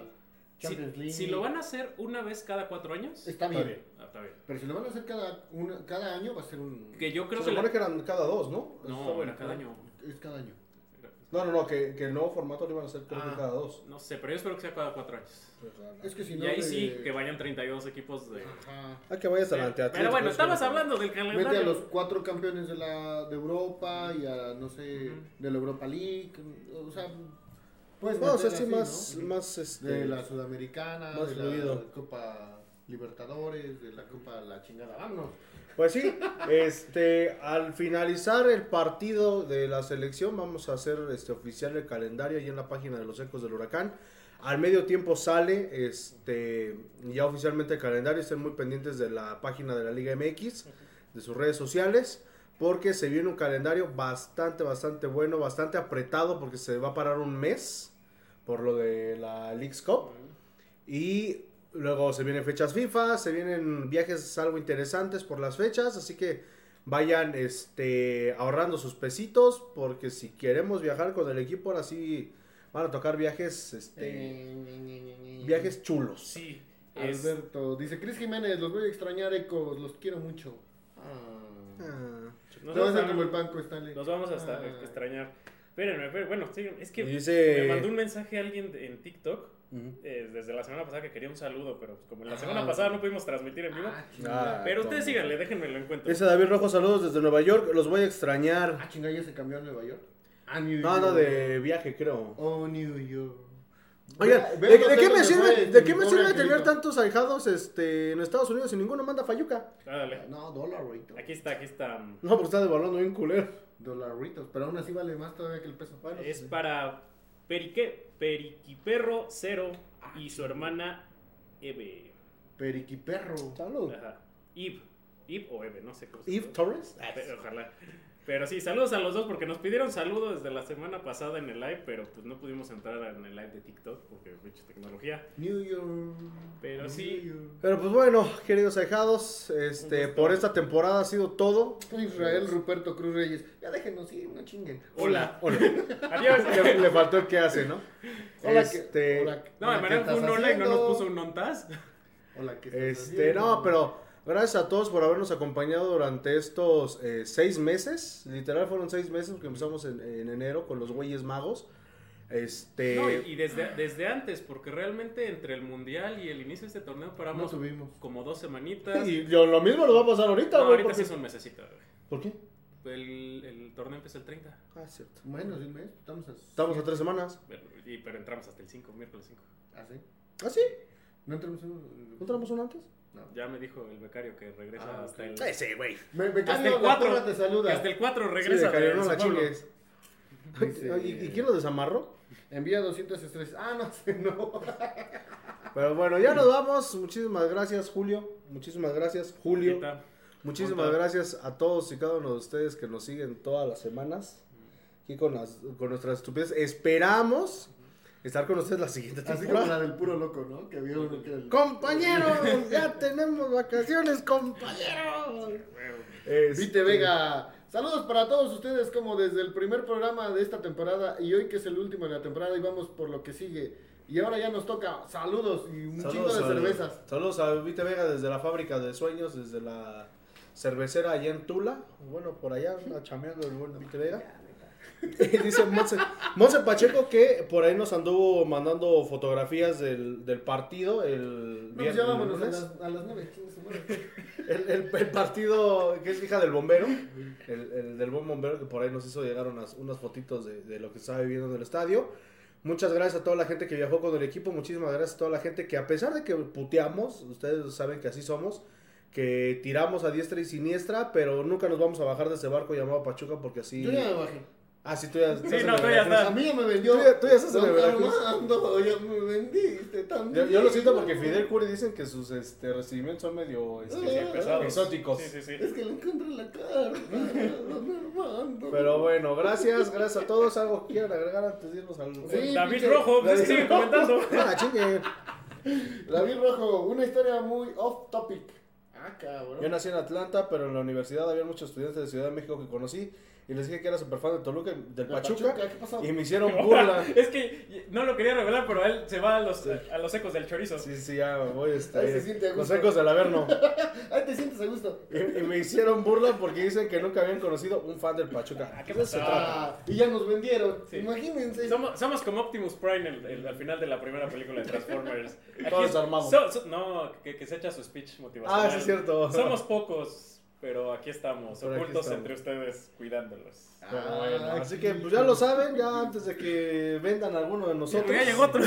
[SPEAKER 4] Champions
[SPEAKER 3] Si,
[SPEAKER 4] League.
[SPEAKER 3] si lo van a hacer una vez cada cuatro años,
[SPEAKER 4] Está bien.
[SPEAKER 3] Ah, está bien.
[SPEAKER 4] Pero si lo van a hacer cada, una- cada año, va a ser un...
[SPEAKER 3] Que yo creo
[SPEAKER 2] Se
[SPEAKER 3] que. la-
[SPEAKER 2] supone que eran cada dos, ¿no? Eso está
[SPEAKER 3] No,
[SPEAKER 2] bueno.
[SPEAKER 3] era cada año.
[SPEAKER 4] Es cada año.
[SPEAKER 2] No, no, no, que, que el nuevo formato lo iban a hacer creo
[SPEAKER 3] Ah.
[SPEAKER 2] que cada dos.
[SPEAKER 3] No sé, pero yo espero que sea cada cuatro años.
[SPEAKER 4] Es que si no...
[SPEAKER 3] Y ahí
[SPEAKER 4] le-
[SPEAKER 3] sí, que vayan 32 equipos de...
[SPEAKER 4] Ajá.
[SPEAKER 2] Ah, que vayas adelante. a
[SPEAKER 3] Pero
[SPEAKER 2] ti,
[SPEAKER 3] bueno,
[SPEAKER 2] pues,
[SPEAKER 3] estabas
[SPEAKER 2] pero-
[SPEAKER 3] hablando del
[SPEAKER 4] Mete a los
[SPEAKER 3] calendario.
[SPEAKER 4] cuatro campeones de la de Europa y a, no sé,
[SPEAKER 3] Ujú.
[SPEAKER 4] de la Europa League. O sea, pues
[SPEAKER 2] No, o sea, sí, más. más este,
[SPEAKER 4] De la Sudamericana,
[SPEAKER 2] más
[SPEAKER 4] de la
[SPEAKER 2] fluido.
[SPEAKER 4] Copa Libertadores, de la Copa La Chingada. Vámonos.
[SPEAKER 2] Pues sí, este, al finalizar el partido de la selección, vamos a hacer este, oficial el calendario ahí en la página de los Ecos del Huracán. Al medio tiempo sale este, ya oficialmente el calendario. Estén muy pendientes de la página de la Liga MX, de sus redes sociales, porque se viene un calendario bastante, bastante bueno, bastante apretado, porque se va a parar un mes por lo de la League's Cup. Y luego se vienen fechas FIFA, se vienen viajes algo interesantes por las fechas, así que vayan este, ahorrando sus pesitos, porque si queremos viajar con el equipo, ahora sí van a tocar viajes, este, viajes chulos.
[SPEAKER 3] Eh, Sí. es-
[SPEAKER 4] Alberto dice: Cris Jiménez, los voy a extrañar, Ecos, los quiero mucho. Ah.
[SPEAKER 2] Ah.
[SPEAKER 4] No
[SPEAKER 3] nos,
[SPEAKER 4] va a
[SPEAKER 3] vamos
[SPEAKER 4] ser como el
[SPEAKER 3] a,
[SPEAKER 4] banco, Stanley.
[SPEAKER 3] nos vamos a estar-
[SPEAKER 4] Ah.
[SPEAKER 3] extrañar. Espérenme, pero bueno, sí, es que
[SPEAKER 2] Y dice-
[SPEAKER 3] me mandó un mensaje a alguien de- en TikTok
[SPEAKER 2] Ujú.
[SPEAKER 3] eh, desde la semana pasada que quería un saludo, pero pues como la
[SPEAKER 4] Ah.
[SPEAKER 3] semana pasada no pudimos transmitir en vivo.
[SPEAKER 4] Ah, chinga.
[SPEAKER 2] Ah.
[SPEAKER 3] pero ustedes
[SPEAKER 2] tonto.
[SPEAKER 3] síganle, déjenme lo encuentro.
[SPEAKER 2] Dice David Rojo, saludos desde Nueva York, los voy a extrañar.
[SPEAKER 4] Ah, chinga, ya se cambió a Nueva York. Ah, New
[SPEAKER 2] No, no,
[SPEAKER 4] York.
[SPEAKER 2] de viaje creo.
[SPEAKER 4] Oh, New York.
[SPEAKER 2] Oigan, ¿de,
[SPEAKER 4] Ve- ve el
[SPEAKER 2] de qué
[SPEAKER 4] hotel
[SPEAKER 2] me
[SPEAKER 4] donde fue
[SPEAKER 2] sirve,
[SPEAKER 4] mi
[SPEAKER 2] de qué me
[SPEAKER 4] pobre
[SPEAKER 2] sirve
[SPEAKER 4] angelito.
[SPEAKER 2] tener tantos ahijados este, en Estados Unidos si ninguno manda fayuca?
[SPEAKER 3] Ah, dale.
[SPEAKER 4] No, dolarito.
[SPEAKER 3] Aquí está, aquí está.
[SPEAKER 2] No, porque está devaluando bien culero.
[SPEAKER 4] Dolaritos, pero aún así vale más todavía que el peso. Bueno,
[SPEAKER 3] Es para Perique, Periquiperro Cero
[SPEAKER 4] Ah,
[SPEAKER 3] y su hermana Eve.
[SPEAKER 4] periquiperro.
[SPEAKER 2] Salud.
[SPEAKER 3] Ajá. Eve. Eve o Eve, no sé cómo se
[SPEAKER 2] Eve
[SPEAKER 3] llama.
[SPEAKER 2] Torres.
[SPEAKER 3] Pero, Ah, ojalá. Pero sí, saludos a los dos porque nos pidieron saludos desde la semana pasada en el live, pero pues no pudimos entrar en el live de TikTok porque mucha tecnología.
[SPEAKER 4] New York.
[SPEAKER 3] Pero
[SPEAKER 4] New
[SPEAKER 3] sí.
[SPEAKER 4] York.
[SPEAKER 2] Pero pues bueno, queridos ahijados,
[SPEAKER 3] Un
[SPEAKER 2] este,
[SPEAKER 3] gusto.
[SPEAKER 2] por esta temporada ha sido todo.
[SPEAKER 4] Israel Ruperto Cruz Reyes. Ya déjenos ir, no chinguen.
[SPEAKER 3] Pues- Hola.
[SPEAKER 2] Hola.
[SPEAKER 3] [LAUGHS]
[SPEAKER 4] [LAUGHS]
[SPEAKER 3] Adiós.
[SPEAKER 2] le, le faltó el que hace, ¿no?
[SPEAKER 4] Hola,
[SPEAKER 2] este,
[SPEAKER 4] que, hola,
[SPEAKER 3] No, de
[SPEAKER 4] hola, ¿qué
[SPEAKER 3] manera fue
[SPEAKER 4] estás
[SPEAKER 3] un hola y no nos
[SPEAKER 4] haciendo?
[SPEAKER 3] puso un nontas.
[SPEAKER 4] Hola, ¿qué estás
[SPEAKER 2] este,
[SPEAKER 4] haciendo?
[SPEAKER 2] no, pero Gracias a todos por habernos acompañado durante estos eh, seis meses. Literal fueron seis meses porque empezamos en, en enero con los güeyes magos.
[SPEAKER 4] Eh,
[SPEAKER 2] Este,
[SPEAKER 3] No, y y desde, desde antes, porque realmente entre el mundial y el inicio de este torneo paramos
[SPEAKER 4] No tuvimos.
[SPEAKER 3] como dos semanitas.
[SPEAKER 2] y yo- lo mismo nos va a pasar ahorita,
[SPEAKER 3] No,
[SPEAKER 2] güey,
[SPEAKER 3] ahorita
[SPEAKER 2] porque-
[SPEAKER 3] sí es un mesecito. güey.
[SPEAKER 2] ¿Por qué?
[SPEAKER 3] El, el torneo empieza el 30,
[SPEAKER 2] Ah, cierto.
[SPEAKER 4] Menos de un mes, estamos así.
[SPEAKER 2] Estamos a tres semanas.
[SPEAKER 3] pero, y- pero entramos hasta el 5, miércoles 5.
[SPEAKER 4] así.
[SPEAKER 2] ¿Ah, sí?
[SPEAKER 4] ¿No entramos en-
[SPEAKER 2] ¿No entramos uno antes?
[SPEAKER 3] Ya me dijo el becario que regresa
[SPEAKER 4] Ah,
[SPEAKER 3] hasta
[SPEAKER 4] ok.
[SPEAKER 3] el...
[SPEAKER 2] Ese, güey.
[SPEAKER 4] Me,
[SPEAKER 3] Hasta
[SPEAKER 4] me
[SPEAKER 3] el
[SPEAKER 4] cambio, la
[SPEAKER 3] 4,
[SPEAKER 4] porra te saluda.
[SPEAKER 3] Hasta el 4
[SPEAKER 2] Sí,
[SPEAKER 3] regresa.
[SPEAKER 2] Javier,
[SPEAKER 3] de
[SPEAKER 2] no la
[SPEAKER 3] Sao Paulo.
[SPEAKER 2] chingues.
[SPEAKER 4] Dice-
[SPEAKER 2] ¿Y, ¿Y quién lo desamarró?
[SPEAKER 4] Envía 200 estrellas. Ah, no sé,
[SPEAKER 2] [LAUGHS]
[SPEAKER 4] no.
[SPEAKER 2] Pero bueno, ya nos vamos. Muchísimas gracias, Julio. Muchísimas gracias, Julio.
[SPEAKER 3] Ahorita.
[SPEAKER 2] Muchísimas
[SPEAKER 3] Conta.
[SPEAKER 2] gracias a todos y cada uno de ustedes que nos siguen todas las semanas. Aquí con, las, con nuestras estupideces. Esperamos estar con ustedes la siguiente
[SPEAKER 4] Así como
[SPEAKER 2] temporada.
[SPEAKER 4] la del puro loco, ¿no? Que vio uno que era el-
[SPEAKER 2] Compañeros, ya tenemos vacaciones, compañeros. Este.
[SPEAKER 4] Vite Vega. Saludos para todos ustedes como desde el primer programa de esta temporada y hoy que es el último de la temporada y vamos por lo que sigue. Y ahora ya nos toca saludos y un chingo de
[SPEAKER 2] al-
[SPEAKER 4] cervezas.
[SPEAKER 2] Saludos a Vite Vega desde la fábrica de sueños, desde la cervecera allá en Tula. Bueno, por allá anda chameando el buen Vite Vega. [LAUGHS] Dice Monse, Monse Pacheco que por ahí nos anduvo mandando fotografías del, del partido el
[SPEAKER 4] No, pues
[SPEAKER 2] viernes.
[SPEAKER 4] ya vámonos a
[SPEAKER 2] lunes.
[SPEAKER 4] las, a las nueve. chingue su madre.
[SPEAKER 2] El, el- el partido que es hija del bombero, el, el del buen bombero que por ahí nos hizo llegar unas, unas fotitos de, de lo que estaba viviendo en el estadio. Muchas gracias a toda la gente que viajó con el equipo, muchísimas gracias a toda la gente que a pesar de que puteamos, ustedes saben que así somos, que tiramos a diestra y siniestra, pero nunca nos vamos a bajar de ese barco llamado Pachuca porque así...
[SPEAKER 4] Yo ya me bajé.
[SPEAKER 2] Ah, sí, tú ya... estás
[SPEAKER 3] Sí,
[SPEAKER 2] en
[SPEAKER 3] no,
[SPEAKER 2] el
[SPEAKER 3] tú ya
[SPEAKER 2] Veracruz.
[SPEAKER 3] estás.
[SPEAKER 4] A mí ya me vendió.
[SPEAKER 2] Tú ya- tú ya estás en
[SPEAKER 4] Don
[SPEAKER 2] el Veracruz.
[SPEAKER 4] Armando, ya me vendiste también.
[SPEAKER 2] Yo, yo lo siento porque Fidel Curi dicen que sus este, recibimientos son medio este,
[SPEAKER 4] Sí,
[SPEAKER 3] Eh,
[SPEAKER 4] pesados.
[SPEAKER 2] exóticos.
[SPEAKER 3] Sí, sí, sí.
[SPEAKER 4] Es que le encontré
[SPEAKER 2] [LAUGHS]
[SPEAKER 4] la carta. Don Armando.
[SPEAKER 2] Pero bueno, gracias, gracias a todos. Algo que quieran agregar antes de irnos al.
[SPEAKER 4] Sí,
[SPEAKER 3] David
[SPEAKER 4] pinche-
[SPEAKER 3] Rojo, pues,
[SPEAKER 2] David
[SPEAKER 3] sigue
[SPEAKER 2] Rojo. [LAUGHS]
[SPEAKER 3] comentando.
[SPEAKER 2] Ah, chingue.
[SPEAKER 4] David Rojo, una historia muy off topic. Ah, cabrón.
[SPEAKER 2] Yo nací en Atlanta, pero en la universidad había muchos estudiantes de Ciudad de México que conocí y les dije que era super fan de Toluca, y del
[SPEAKER 4] La
[SPEAKER 2] Pachuca,
[SPEAKER 4] ¿Qué pasó?
[SPEAKER 2] y me hicieron burla.
[SPEAKER 3] Es que no lo quería revelar, pero él se va a los, a los ecos del chorizo.
[SPEAKER 2] Sí, sí, ya me voy.
[SPEAKER 4] Ahí se
[SPEAKER 2] Este,
[SPEAKER 4] siente a
[SPEAKER 2] los
[SPEAKER 4] gusto.
[SPEAKER 2] ecos del Averno.
[SPEAKER 4] Ahí te sientes a gusto.
[SPEAKER 2] Y, y me hicieron burla porque dicen que nunca habían conocido un fan del Pachuca.
[SPEAKER 3] Ah, ¿qué
[SPEAKER 2] ¿De eso se
[SPEAKER 3] pasó?
[SPEAKER 2] trata?
[SPEAKER 4] Ah, y ya nos vendieron.
[SPEAKER 3] Sí.
[SPEAKER 4] Imagínense.
[SPEAKER 3] Somos, somos como Optimus Prime el- el- al final de la primera película de
[SPEAKER 2] [LAUGHS]
[SPEAKER 3] Transformers. Aquí
[SPEAKER 2] Todos
[SPEAKER 3] es-
[SPEAKER 2] armados.
[SPEAKER 3] so- so- no, que, que se echa su speech motivacional.
[SPEAKER 2] Ah, sí, es cierto.
[SPEAKER 3] Somos pocos, pero aquí estamos,
[SPEAKER 2] Pero aquí
[SPEAKER 3] ocultos
[SPEAKER 2] estamos.
[SPEAKER 3] entre ustedes, cuidándolos.
[SPEAKER 4] Ah,
[SPEAKER 2] Bueno, así que
[SPEAKER 4] qué
[SPEAKER 2] pues, ya lo saben, ya antes de que vendan alguno de nosotros.
[SPEAKER 3] Ya
[SPEAKER 2] [LAUGHS]
[SPEAKER 3] llegó otro.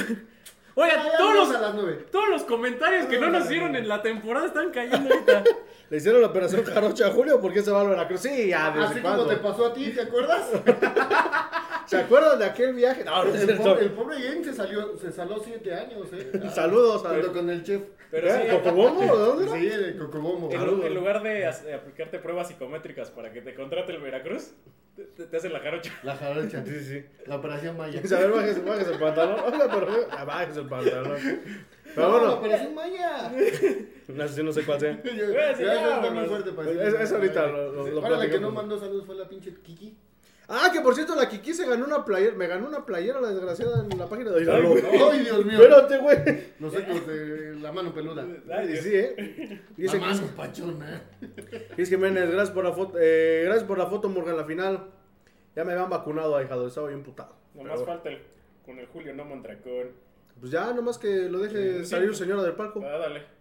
[SPEAKER 3] Oye,
[SPEAKER 4] Ya, ya
[SPEAKER 3] todos
[SPEAKER 4] vamos
[SPEAKER 3] los,
[SPEAKER 4] a las nueve.
[SPEAKER 3] todos los comentarios que no nos dieron en la temporada están
[SPEAKER 2] [LAUGHS]
[SPEAKER 3] cayendo ahorita.
[SPEAKER 2] Le hicieron la operación jarocha a Julio porque se va a Veracruz. Sí, ya desde
[SPEAKER 4] Así
[SPEAKER 2] cuándo.
[SPEAKER 4] como te pasó a ti, ¿te acuerdas?
[SPEAKER 2] ¿Se acuerdan de aquel viaje? No,
[SPEAKER 3] [LAUGHS]
[SPEAKER 2] no es
[SPEAKER 4] El
[SPEAKER 2] cierto.
[SPEAKER 4] pobre, el pobre Jane se salió, se saló siete años, eh. Ah,
[SPEAKER 2] Saludos a
[SPEAKER 4] Junto con el chef.
[SPEAKER 3] Pero sí,
[SPEAKER 2] ¿Eh? ¿Cocobongo? ¿De dónde era?
[SPEAKER 4] Sí, de Cocobomo.
[SPEAKER 3] en, lu- en lugar de as- de aplicarte pruebas psicométricas para que te contrate el Veracruz, te, te- te hacen la jarocha. [LAUGHS]
[SPEAKER 4] La jarocha.
[SPEAKER 2] Sí, sí.
[SPEAKER 4] La operación Maya.
[SPEAKER 2] Dice, a ver, bájese, bájese el pantalón. Oiga, pero ya bájese el pantalón. Pero
[SPEAKER 4] No, la
[SPEAKER 2] bueno,
[SPEAKER 4] operación Maya.
[SPEAKER 2] no sé, sí, no sé cuál sea.
[SPEAKER 4] Yo-
[SPEAKER 3] Eh, sí, ya,
[SPEAKER 4] ya, ya está muy
[SPEAKER 3] vámonos.
[SPEAKER 4] fuerte para
[SPEAKER 2] Es-
[SPEAKER 4] decir-
[SPEAKER 2] es ahorita, lo- lo- lo
[SPEAKER 4] Ahora la que
[SPEAKER 2] platicamos.
[SPEAKER 4] no mandó saludos fue la pinche Kiki.
[SPEAKER 2] Ah, que por cierto, la Kiki se ganó una playera. Me ganó una playera la desgraciada en la página de Hidalgo.
[SPEAKER 4] ¡Ay, Dios mío!
[SPEAKER 2] Espérate, güey.
[SPEAKER 4] Los ecos de la mano peluda.
[SPEAKER 3] Ay,
[SPEAKER 2] Y
[SPEAKER 3] Dios.
[SPEAKER 2] sí, ¿eh?
[SPEAKER 4] La
[SPEAKER 2] Dice
[SPEAKER 4] mano pachona.
[SPEAKER 2] Luis Jiménez, gracias por la foto, eh, gracias por la foto, Morgan, la final. Ya me habían vacunado, ahijado, estaba bien putado.
[SPEAKER 3] Nomás
[SPEAKER 2] Pero,
[SPEAKER 3] falta el, con el Julio no Mondragón.
[SPEAKER 2] Pues ya, nomás que lo deje
[SPEAKER 3] Sí.
[SPEAKER 2] salir señora del palco.
[SPEAKER 3] Ah, dale.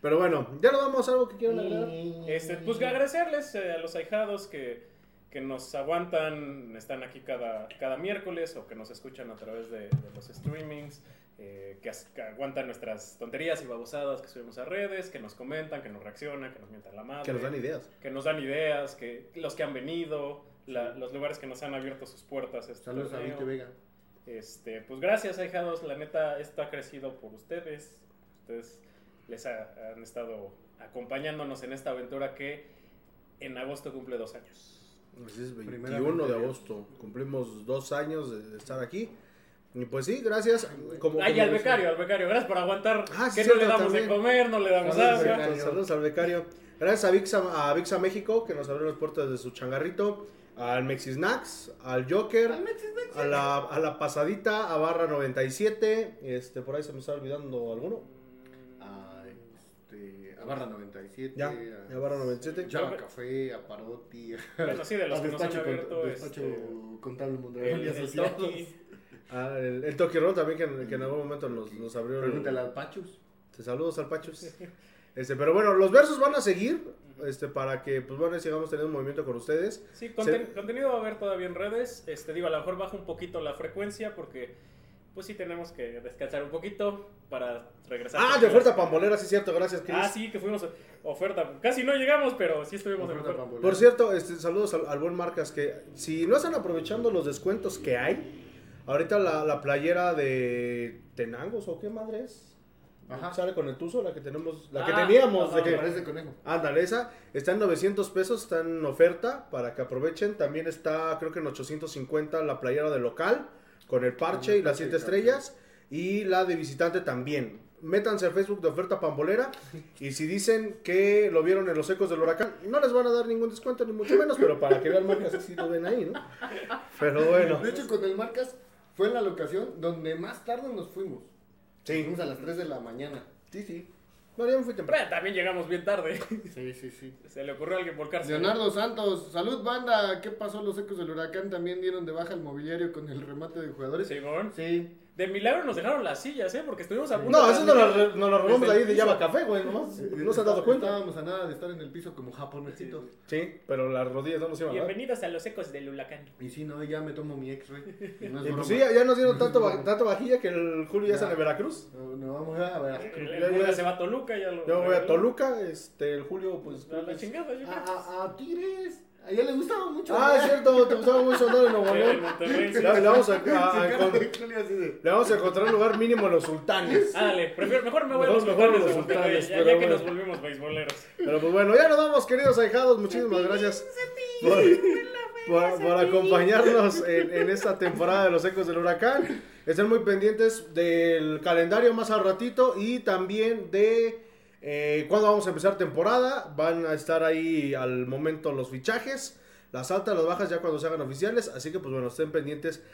[SPEAKER 2] Pero bueno, ya nos vamos, algo que quieran agregar.
[SPEAKER 3] Este, pues que agradecerles eh, a los ahijados que, que nos aguantan, están aquí cada, cada miércoles o que nos escuchan a través de, de los streamings, eh, que, as- que aguantan nuestras tonterías y babosadas que subimos a redes, que nos comentan, que nos reaccionan, que nos mientan la
[SPEAKER 4] Ah,
[SPEAKER 3] madre,
[SPEAKER 2] Que nos dan ideas.
[SPEAKER 3] que nos dan ideas, que los que han venido, la- los lugares que nos han abierto sus puertas. este
[SPEAKER 4] Saludos a
[SPEAKER 3] torneo.
[SPEAKER 4] Vite Vega.
[SPEAKER 3] Este, pues gracias, ahijados. La neta, esto ha crecido por ustedes. Ustedes les ha- han estado acompañándonos en esta aventura que en agosto cumple dos años.
[SPEAKER 2] Así es,
[SPEAKER 4] Primeramente
[SPEAKER 2] 21 de
[SPEAKER 4] Dios.
[SPEAKER 2] agosto. Cumplimos dos años de, de estar aquí. Y pues sí, gracias. Como,
[SPEAKER 3] Ay, y
[SPEAKER 2] como-
[SPEAKER 3] al becario, al becario, gracias por aguantar.
[SPEAKER 2] Ah, sí,
[SPEAKER 3] que no
[SPEAKER 2] cierto,
[SPEAKER 3] le damos
[SPEAKER 2] también.
[SPEAKER 3] de comer, no le damos
[SPEAKER 4] Saludos,
[SPEAKER 3] agua.
[SPEAKER 4] becario.
[SPEAKER 2] Saludos al becario. Gracias a Vixa, a Vixa México, que nos abrió las puertas de su changarrito. Al Mexisnacks, al Joker. A la, a la pasadita, a barra 97. Este, por ahí se me está olvidando alguno.
[SPEAKER 4] Ah, este, A Barra 97.
[SPEAKER 2] Ya,
[SPEAKER 4] a-
[SPEAKER 2] ya Barra 97.
[SPEAKER 4] Java Café, a Parotti.
[SPEAKER 3] Bueno, sí, de los
[SPEAKER 4] a
[SPEAKER 3] que nos han
[SPEAKER 4] Despacho con-
[SPEAKER 3] abierto.
[SPEAKER 4] Despacho
[SPEAKER 3] este,
[SPEAKER 4] Contable Mondragón
[SPEAKER 3] el,
[SPEAKER 4] y
[SPEAKER 3] el
[SPEAKER 4] Asociados.
[SPEAKER 3] Toki.
[SPEAKER 2] Ah, el, el Tokyo Roll también, que, en- que en algún momento nos, nos abrió. el-
[SPEAKER 4] Pregúntale al Pachus.
[SPEAKER 2] Te saludos al Pachus. Este, pero bueno, los versos van a seguir este, para que, pues bueno, sigamos teniendo movimiento con ustedes.
[SPEAKER 3] Sí, conten- contenido va a haber todavía en redes. Este, digo, a lo mejor baja un poquito la frecuencia porque, pues sí, tenemos que descansar un poquito para regresar.
[SPEAKER 2] Ah, de oferta pambolera, sí, cierto, gracias, Chris.
[SPEAKER 3] Ah, sí, que fuimos a- oferta. Casi no llegamos, pero sí estuvimos en
[SPEAKER 4] Oferta
[SPEAKER 3] oferta.
[SPEAKER 4] pambolera.
[SPEAKER 2] Por cierto, este, saludos al, al buen Marcas, que si no están aprovechando los descuentos que hay, ahorita la, la playera de Tenangos o qué madre es,
[SPEAKER 4] Ajá.
[SPEAKER 2] sale con el tuzo, la que tenemos, la que
[SPEAKER 3] Ah,
[SPEAKER 2] teníamos, de
[SPEAKER 3] ajá,
[SPEAKER 4] Me
[SPEAKER 2] que,
[SPEAKER 4] parece conejo.
[SPEAKER 2] Ándale, esa está en 900 pesos, está en oferta para que aprovechen. También está, creo que en 850 la playera de local con el parche
[SPEAKER 4] Con el
[SPEAKER 2] y las
[SPEAKER 4] parche
[SPEAKER 2] 7
[SPEAKER 4] y café.
[SPEAKER 2] estrellas y la de visitante también. Métanse al Facebook de oferta pambolera y si dicen que lo vieron en los ecos del huracán, no les van a dar ningún descuento ni mucho menos, pero para que vean marcas así lo ven ahí, ¿no? Pero bueno,
[SPEAKER 4] De hecho, con el Marcas fue la locación donde más tarde nos fuimos.
[SPEAKER 2] sí,
[SPEAKER 4] Fuimos a las 3 de la mañana.
[SPEAKER 2] sí, sí. No, ya me fui temprano.
[SPEAKER 3] Bueno, también llegamos bien tarde. [LAUGHS]
[SPEAKER 4] Sí, sí, sí.
[SPEAKER 3] Se le ocurrió a alguien volcarse.
[SPEAKER 4] Leonardo Santos, salud banda, ¿qué pasó? Los ecos del huracán también dieron de baja el mobiliario con el remate de jugadores.
[SPEAKER 3] Simón.
[SPEAKER 4] Sí.
[SPEAKER 3] De milagro nos dejaron las sillas, ¿eh? Porque estuvimos a punto
[SPEAKER 2] No,
[SPEAKER 3] de
[SPEAKER 2] eso nos lo,
[SPEAKER 3] transmitir.
[SPEAKER 2] re- nos lo robamos
[SPEAKER 3] Desde
[SPEAKER 2] ahí
[SPEAKER 3] el
[SPEAKER 2] de
[SPEAKER 3] piso.
[SPEAKER 2] Java Café, güey, nomás. No se han dado cuenta.
[SPEAKER 4] Eh, Estábamos a nada de estar en el piso como japonesitos.
[SPEAKER 2] Sí, pero las rodillas no nos iban a dar.
[SPEAKER 3] Bienvenidos a los ecos del Huracán.
[SPEAKER 4] Y si no, ya me tomo mi X-ray. Y no es
[SPEAKER 2] Y pues
[SPEAKER 4] broma.
[SPEAKER 2] sí, ya, ya nos
[SPEAKER 3] [LAUGHS]
[SPEAKER 2] dieron tanto, va- tanto vajilla que el Julio ya
[SPEAKER 4] Ya.
[SPEAKER 2] sale de Veracruz.
[SPEAKER 4] No, no, vamos a ver.
[SPEAKER 3] El,
[SPEAKER 2] Yo
[SPEAKER 3] el
[SPEAKER 2] voy a-
[SPEAKER 3] se va a Toluca, ya lo.
[SPEAKER 2] Yo voy a
[SPEAKER 3] regaló.
[SPEAKER 2] Toluca, ah, este, el Julio, pues.
[SPEAKER 3] A
[SPEAKER 2] creo que
[SPEAKER 3] la
[SPEAKER 2] es-
[SPEAKER 3] chingada, yo
[SPEAKER 4] A,
[SPEAKER 3] creo.
[SPEAKER 4] a, a Tigres. A ella le gustaba mucho.
[SPEAKER 2] Ah,
[SPEAKER 4] [LAUGHS]
[SPEAKER 2] es cierto, te gustaba mucho andar en Nuevo
[SPEAKER 3] [LAUGHS] Eh, en
[SPEAKER 2] León.
[SPEAKER 3] Monterrey, sí.
[SPEAKER 2] Le, le vamos a, a- a
[SPEAKER 4] Su cara de
[SPEAKER 2] encont-
[SPEAKER 4] Julio así de-
[SPEAKER 2] le vamos a encontrar un lugar mínimo en los sultanes.
[SPEAKER 3] Ándale, prefiero, mejor me voy a
[SPEAKER 2] Mejor-
[SPEAKER 3] los
[SPEAKER 2] mejor
[SPEAKER 3] sultanes de
[SPEAKER 2] los
[SPEAKER 3] Monterrey,
[SPEAKER 2] sultanes,
[SPEAKER 3] ya,
[SPEAKER 2] pero
[SPEAKER 3] ya que
[SPEAKER 2] bueno.
[SPEAKER 3] nos volvimos beisboleros.
[SPEAKER 2] Pero pues bueno, ya nos vamos, queridos ahijados. Muchísimas gracias por, por- por acompañarnos en, en esta temporada de los Ecos del Huracán. Estén muy pendientes del calendario más al ratito y también de eh, cuándo vamos a empezar temporada. Van a estar ahí al momento los fichajes, las altas, las bajas ya cuando se hagan oficiales. Así que pues bueno, estén pendientes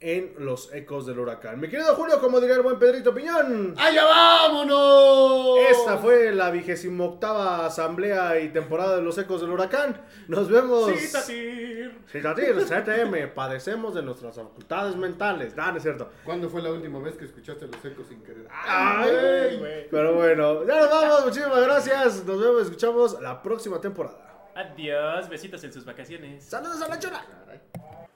[SPEAKER 2] en los Ecos del Huracán. Mi querido Julio, como diría el buen Pedrito Piñón.
[SPEAKER 4] ¡Allá vámonos!
[SPEAKER 2] Esta fue la vigésimo octava asamblea y temporada de los ecos del huracán. Nos vemos.
[SPEAKER 3] Sí, Tatir.
[SPEAKER 2] Citatir, CTM, padecemos de nuestras facultades mentales. Nah, no es cierto.
[SPEAKER 4] ¿Cuándo fue la última vez que escuchaste los ecos sin querer?
[SPEAKER 2] Ah, Ay,
[SPEAKER 3] güey.
[SPEAKER 2] pero bueno, ya nos vamos. Muchísimas gracias. Nos vemos, escuchamos la próxima temporada.
[SPEAKER 3] Adiós, besitos en sus vacaciones.
[SPEAKER 2] Saludos a la chora.
[SPEAKER 4] Caray.